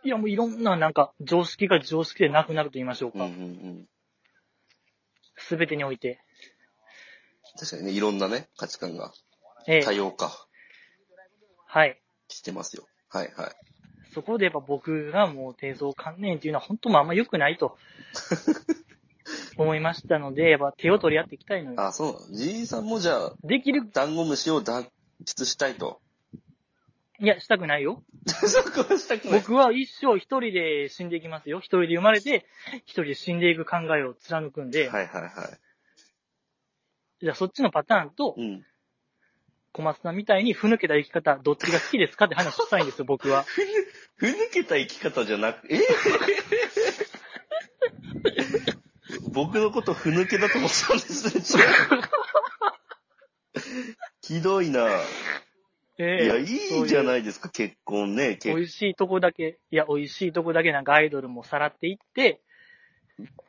Speaker 1: いや、もういろんな、なんか、常識が常識でなくなると言いましょう
Speaker 2: うんう
Speaker 1: か
Speaker 2: んう。ん。
Speaker 1: すべ、てにおいて。
Speaker 2: 確かにね、いろんなね、価値観が
Speaker 1: ええ
Speaker 2: 多様化
Speaker 1: はい。
Speaker 2: してますよ。はいはい。
Speaker 1: そこでやっぱ僕がもう低層観念っていうのは本当もあんま良くない
Speaker 2: <laughs>
Speaker 1: と。思いましたので、やっぱ手を取り合っていきたいのよ。
Speaker 2: あ、そうなの。じいさんもじゃあ、
Speaker 1: できる、
Speaker 2: ダンゴムシを脱出したいと。
Speaker 1: いや、したくないよ。
Speaker 2: <laughs> そこはしたくない。
Speaker 1: 僕は一生一人で死んでいきますよ。一人で生まれて、一人で死んでいく考えを貫くんで、
Speaker 2: はいはいは
Speaker 1: じゃあそっちのパターンと
Speaker 2: い。、うん。
Speaker 1: 小松さんみたいにふぬけた生き方、どっちが好きですかって話をしたいんですよ、僕は。
Speaker 2: ふぬけた生き方じゃなく、え <laughs> 僕のことふぬけだと思ったんです <laughs> ね。ひどいな。 <laughs> いや、
Speaker 1: ええ
Speaker 2: いいじゃ
Speaker 1: い。
Speaker 2: ないですか、結婚ね。
Speaker 1: そういう美
Speaker 2: 結
Speaker 1: 味しいとこだけ、いや、美味しいとこだけなんかアイドルもさらっていって、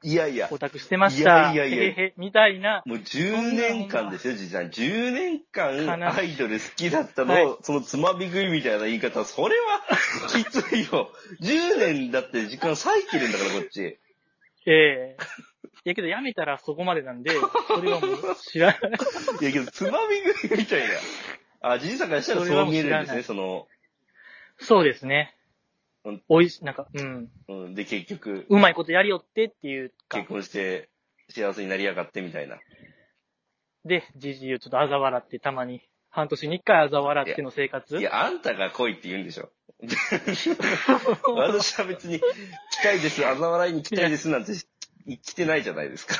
Speaker 2: いやいや
Speaker 1: オ、タクしてました。
Speaker 2: いやいやいや
Speaker 1: へへへみたいな、
Speaker 2: もう10年間ですよ、じいさん。10年間アイドル好きだった
Speaker 1: は
Speaker 2: の
Speaker 1: い
Speaker 2: を、そのつまび食いみたいな言い方、それ <laughs> はきついよ。10年だって時間割いてるんだから、こっち。
Speaker 1: ええいやけどやめたらそこまでなんで、それはもう知ら
Speaker 2: <laughs>
Speaker 1: ない。
Speaker 2: いやけど、つまび食いみたいな。あ、じいさんからしたらそう見えるんですね、その。
Speaker 1: そうですね
Speaker 2: うん。
Speaker 1: おいし、なんか、うん。
Speaker 2: うん、で、結局、
Speaker 1: うまいことやりよってっていうか
Speaker 2: 結。婚して、幸せになりやがってみたいな。
Speaker 1: で、じじいをちょっと嘲笑って、たまに。半年に一回嘲笑っての生活
Speaker 2: いや、あんたが来いって言うんで <laughs> しょ。私は別に、来たいです、あざ笑いに来たいですなんて、来てないじゃないですか。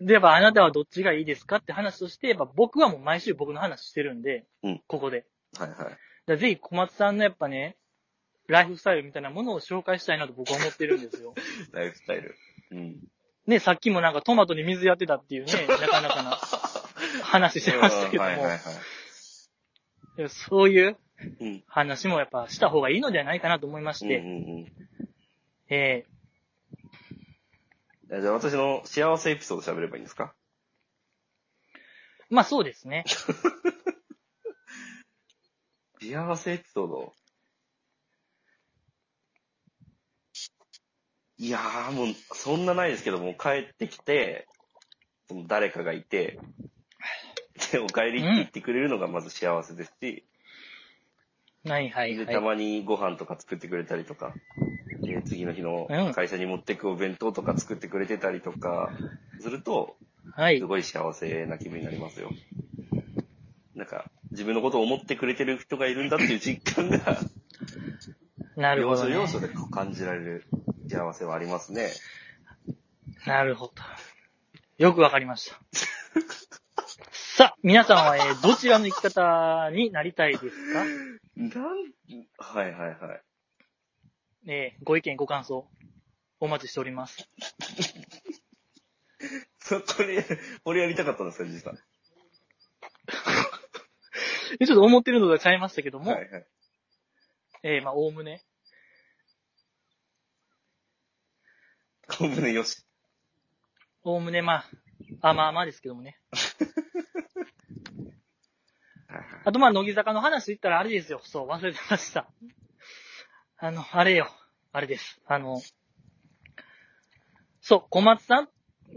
Speaker 1: で、やっぱあなたはどっちがいいですかって話として、やっぱ僕はもう毎週僕の話してるんで、
Speaker 2: うん
Speaker 1: ここで。だか
Speaker 2: はいはい。
Speaker 1: らぜひ小松さんのやっぱね、ライフスタイルみたいなものを紹介したいなと僕は思ってるんです
Speaker 2: <laughs>
Speaker 1: よ。
Speaker 2: ライフスタイル。うん。
Speaker 1: ね、さっきもなんかトマトに水やってたっていうね、なかなかな話してましたけども、
Speaker 2: はいはいはい。
Speaker 1: いやそういう
Speaker 2: うん。
Speaker 1: 話もやっぱした方がいいのではないかなと思いまして、
Speaker 2: うんうん
Speaker 1: え
Speaker 2: うん、じゃあ私の幸せエピソード喋ればいいんですか
Speaker 1: ーまあそうですね。
Speaker 2: 幸せエピソードいやーもう、そんなないですけども、帰ってきて、その誰かがいて、で、お帰りって言ってくれるのがまず幸せですし、
Speaker 1: はいはい
Speaker 2: で、
Speaker 1: は
Speaker 2: た
Speaker 1: い。
Speaker 2: まにご飯とか作ってくれたりとか、で、次の日の
Speaker 1: うん
Speaker 2: 会社に持ってくお弁当とか作ってくれてたりとか、すると、
Speaker 1: はい
Speaker 2: す。ごい幸せな気分になりますよ。なんか、自分のことを思ってくれてる人がいるんだっていう実感が、
Speaker 1: <laughs> なる
Speaker 2: 要
Speaker 1: ほど、
Speaker 2: 素
Speaker 1: ね。
Speaker 2: 要素でこう感じられる幸せはありますね。
Speaker 1: なるほど。よくわかりました。さあ、皆さんは、えーどちらの生き方になりたいですか
Speaker 2: なん、はいはいはい。
Speaker 1: えーご意見、ご感想、お待ちしております。
Speaker 2: そこ <laughs> れ、これやりたかったんですか、実は。
Speaker 1: でちょっと思ってるのとはちゃいましたけども、
Speaker 2: はいはい。
Speaker 1: えーまあ、おおむね、
Speaker 2: 小舟よし。
Speaker 1: おおむね、まあ、あまあまあですけどもね。あと、まあ、乃木坂の話言ったらあれですよ。そう、忘れてました。あの、あれよ。あれです。あの、そう、小松さん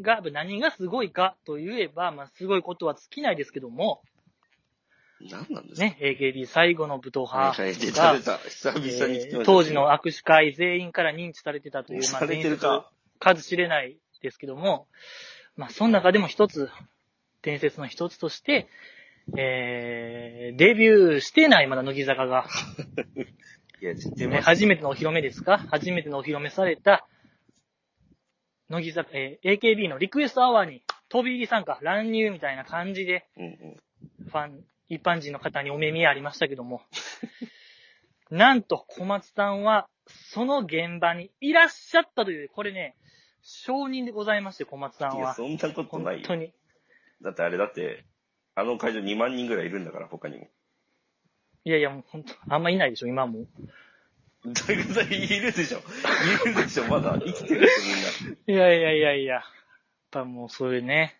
Speaker 1: が何がすごいかと言えば、まあ、すごいことは尽きないですけども、
Speaker 2: 何なんですか
Speaker 1: ね、AKB 最後の武闘
Speaker 2: はい
Speaker 1: 派
Speaker 2: はい、出た
Speaker 1: が
Speaker 2: 出、た。久々に聞きました
Speaker 1: えー当時の握手会全員から認知されてたという、ま
Speaker 2: さ
Speaker 1: あ、
Speaker 2: れ
Speaker 1: 伝
Speaker 2: てる
Speaker 1: 説
Speaker 2: か。
Speaker 1: 数知れないですけども、まあ、その中でも一つ、伝説の一つとして、えー、デビューしてないまだ乃木坂が、
Speaker 2: いや、知って
Speaker 1: ね、
Speaker 2: ます。
Speaker 1: 初めてのお披露目ですか初めてのお披露目された、乃木坂、えー AKB のリクエストアワーに飛び入り参加、乱入みたいな感じで、
Speaker 2: うんうん。
Speaker 1: ファン、一般人の方にお目見えありましたけども、 <laughs> なんと小松さんは、その現場にいらっしゃったという、これね、証人でございまして、小松さん
Speaker 2: いや、
Speaker 1: は。
Speaker 2: そんなことな
Speaker 1: 本
Speaker 2: い
Speaker 1: 当
Speaker 2: よ。
Speaker 1: に。
Speaker 2: だってあれだって、あの会場2万人ぐらいいるんだから、他にも。
Speaker 1: いやいや、もう本当、あんまいないでしょ、今もう。
Speaker 2: 大学さんいるでしょ。いるでしょ、まだ。生きてるでしょ、みんな。
Speaker 1: いやいやいやいや。やっぱもう、それね。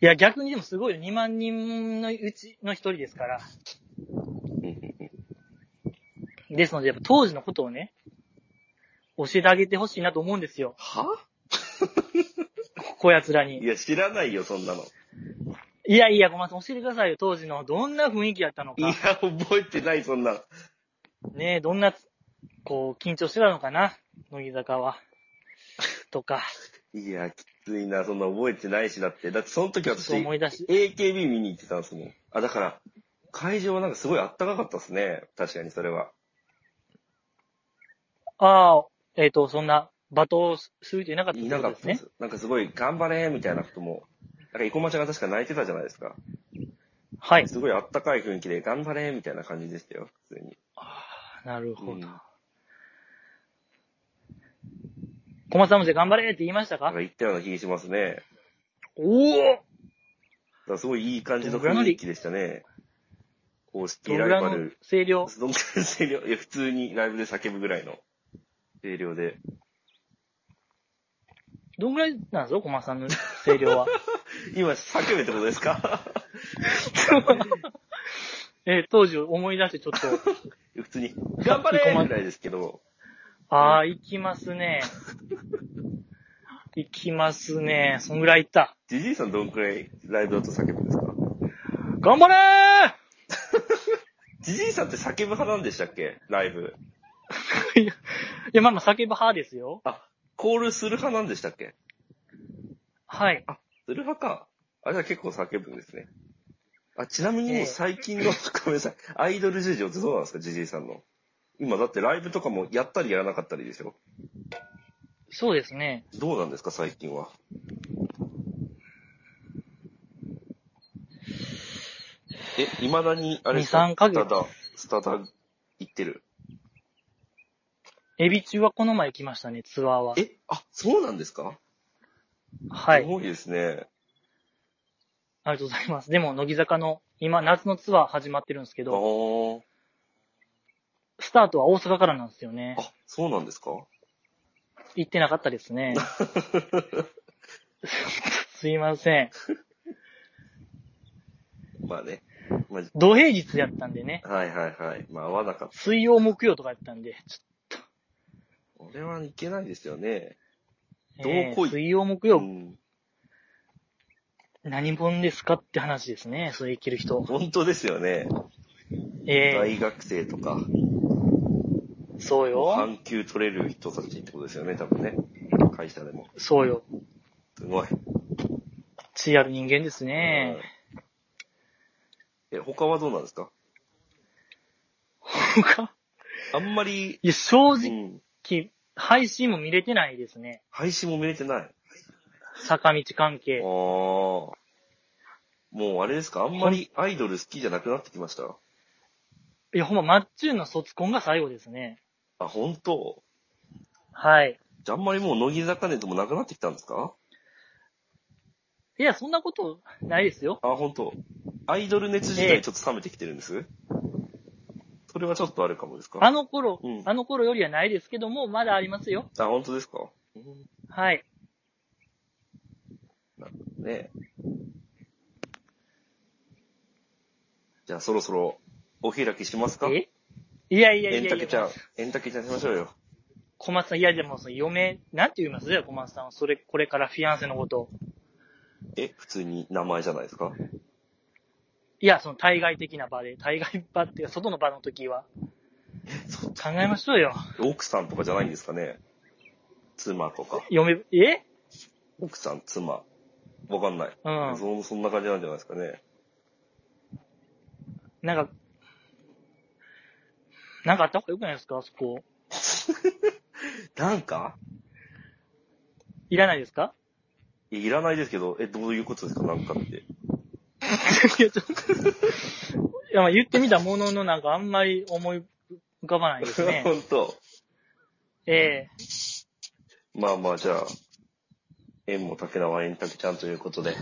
Speaker 1: いや、逆にでもすごいよ。2万人のうちの一人ですから。ですので、やっぱ当時のことをね、教えてあげてほしいなと思うんですよ。
Speaker 2: は
Speaker 1: こやつら
Speaker 2: い
Speaker 1: に。
Speaker 2: や、知らないよ、そんなの。
Speaker 1: いやいや、ごめんなさい。教えてくださいよ。当時の。どんな雰囲気だったの
Speaker 2: いや
Speaker 1: か。、
Speaker 2: 覚えてない、そんなの。
Speaker 1: ねえどんな、こう、緊張してたのかな。乃木坂は。とか。
Speaker 2: いや、きついな、そんな覚えてないし、だって。だって、その時
Speaker 1: ちょっ
Speaker 2: 私
Speaker 1: と、思い出し。
Speaker 2: AKB 見に行ってたんですもん。あ、だから、会場はなんかすごいあったかかったですね。確かに、それは。
Speaker 1: ああ、えっ、と、そんな、罵倒する人いなかったっ
Speaker 2: い
Speaker 1: て
Speaker 2: な
Speaker 1: こ
Speaker 2: か
Speaker 1: と
Speaker 2: っ
Speaker 1: で
Speaker 2: た
Speaker 1: す
Speaker 2: で
Speaker 1: ね。
Speaker 2: す。なんかすごい、頑張れ、みたいなことも。なんか、生駒ちゃんが確か泣いてたじゃないですか。
Speaker 1: はい。
Speaker 2: すごいあったかい雰囲気で、頑張れ、みたいな感じでしたよ、普通に。
Speaker 1: なるほど。
Speaker 2: うん
Speaker 1: 小松さんもじゃあ頑張れって言いました
Speaker 2: なん
Speaker 1: か
Speaker 2: か行ったような気がしますね。
Speaker 1: おお
Speaker 2: だからすごいいい感じの雰囲気でしたね。公
Speaker 1: ど
Speaker 2: 式
Speaker 1: のぐ
Speaker 2: ライ
Speaker 1: らい
Speaker 2: バ
Speaker 1: の
Speaker 2: ル。
Speaker 1: 声量
Speaker 2: どんぐらいの声量 <laughs> いや、普通にライブで叫ぶぐらいの声量で。
Speaker 1: どんぐらいなんですか小松さんの声量
Speaker 2: <laughs>
Speaker 1: は。
Speaker 2: 今、叫べってことですか <laughs>
Speaker 1: えー当時を思い出してちょっと、
Speaker 2: 普通に、頑張れーぐらいですけど、
Speaker 1: ああ、行きます
Speaker 2: <laughs>
Speaker 1: ね。行きますね。そんぐらい行った。
Speaker 2: ジジイさんどんくらいライブだと叫ぶんですか
Speaker 1: 頑張れ
Speaker 2: ジジイさんって叫ぶ派なんでしたっけライブ。
Speaker 1: ーいや、いやまあまあ叫ぶ派ですよ。
Speaker 2: あ、コールする派なんでしたっけ
Speaker 1: はい。
Speaker 2: する派か。あれは結構叫ぶんですね。あ、ちなみにも
Speaker 1: ええ
Speaker 2: う最近の、 <laughs> ごめんなさい、アイドル事情ってどうなんですか、ジジイさんの。今だってライブとかもやったりやらなかったりでしょ。
Speaker 1: そうですね。
Speaker 2: どうなんですか、最近は。え、未だに、あれですか、
Speaker 1: 2 3ヶ月
Speaker 2: スタダ、スタダ行ってる。
Speaker 1: エビ中はこの前行きましたね、ツアーは。
Speaker 2: え、あ、そうなんですか
Speaker 1: は
Speaker 2: す
Speaker 1: い。
Speaker 2: ごいですね。
Speaker 1: ありがとうございます。でも、乃木坂の、今、夏のツアー始まってるんですけ
Speaker 2: あ
Speaker 1: ど、
Speaker 2: ー
Speaker 1: スタートは大阪からなんですよね。
Speaker 2: あ、そうなんですか
Speaker 1: 行ってなかったです
Speaker 2: <laughs>
Speaker 1: ね。すいません。
Speaker 2: まあね。まあ、
Speaker 1: 土平日やったんでね。
Speaker 2: はいはいはい。まあ、合わなかった。
Speaker 1: 水曜、木曜とかやったんで、ち
Speaker 2: これはいけないですよね。
Speaker 1: ょっと、えー
Speaker 2: どう来い
Speaker 1: 水曜、木
Speaker 2: う
Speaker 1: 曜、
Speaker 2: ん、
Speaker 1: 何本ですかって話ですね。それ行ける人。
Speaker 2: 本当ですよね。
Speaker 1: え
Speaker 2: 大学生とか、
Speaker 1: ー、そうよ。
Speaker 2: 半休取れる人たちってことですよね、多分ね。会社でも。
Speaker 1: そうよ。
Speaker 2: すごい。
Speaker 1: 血ある人間ですね。
Speaker 2: え、他はどうなんですか
Speaker 1: 他
Speaker 2: あんまり、
Speaker 1: <laughs> いや、正
Speaker 2: う
Speaker 1: 直、
Speaker 2: ん、
Speaker 1: 配信も見れてないですね。
Speaker 2: 配信も見れてない。
Speaker 1: 坂道関
Speaker 2: ああ。
Speaker 1: 係。
Speaker 2: もうあれですかあんまりアイドル好きじゃなくなってきました
Speaker 1: いや、ほんま、マッチューンの卒コンが最後ですね。
Speaker 2: あ、本当
Speaker 1: はい。
Speaker 2: じゃああんまりもう乃木坂熱もなくなってきたんですか
Speaker 1: いや、そんなことないですよ。
Speaker 2: あ、本当アイドル熱自体ちょっと冷めてきてるんです、それはちょっとあるかもですか
Speaker 1: あの頃、
Speaker 2: うん
Speaker 1: あの頃よりはないですけども、まだありますよ。
Speaker 2: あ、本当ですか
Speaker 1: はい。
Speaker 2: ねじゃあそろそろお開きしますか
Speaker 1: えいやいや
Speaker 2: エ
Speaker 1: い
Speaker 2: ン
Speaker 1: や
Speaker 2: タ
Speaker 1: い
Speaker 2: ケちゃ
Speaker 1: や
Speaker 2: ん、、エンタケちゃんしましょうよ。
Speaker 1: 小松さん、いやでも、その嫁、なんて言いますよ、小松さんは。それ、これからフィアンセのことを。
Speaker 2: え、普通に名前じゃないですか
Speaker 1: いや、その対外的な場で、対外場っていうか、外の場の時は。考えましょうよ。
Speaker 2: 奥さんとかじゃないんですかね妻とか。
Speaker 1: 嫁、え
Speaker 2: 奥さん、妻。わかんない。
Speaker 1: うん
Speaker 2: そそんな感じなんじゃないですかね。
Speaker 1: なんか、なんかあった方がよくないですかあそこ。
Speaker 2: なんか
Speaker 1: いらないです
Speaker 2: <laughs>
Speaker 1: か
Speaker 2: いやいらないですけど、え、どういうことですかなんかって。。
Speaker 1: いや、ちょっと。いや、まあ言ってみたものの、なんかあんまり思い浮かばないですね
Speaker 2: <laughs> 本当。
Speaker 1: ええ
Speaker 2: まあまあ、じゃあ、縁も竹縄縁竹ちゃんということで。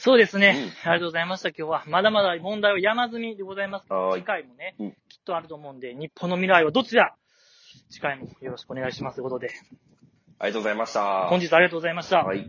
Speaker 1: そうですね、ありがとうございました、今日は。まだまだ問題は山積みでございます。
Speaker 2: はーい
Speaker 1: 次回もね、
Speaker 2: うん
Speaker 1: きっとあると思うんで、日本の未来はどっちだ次回もよろしくお願いしますということで、
Speaker 2: ありがとうございました。
Speaker 1: 本日はありがとうございました。
Speaker 2: はい。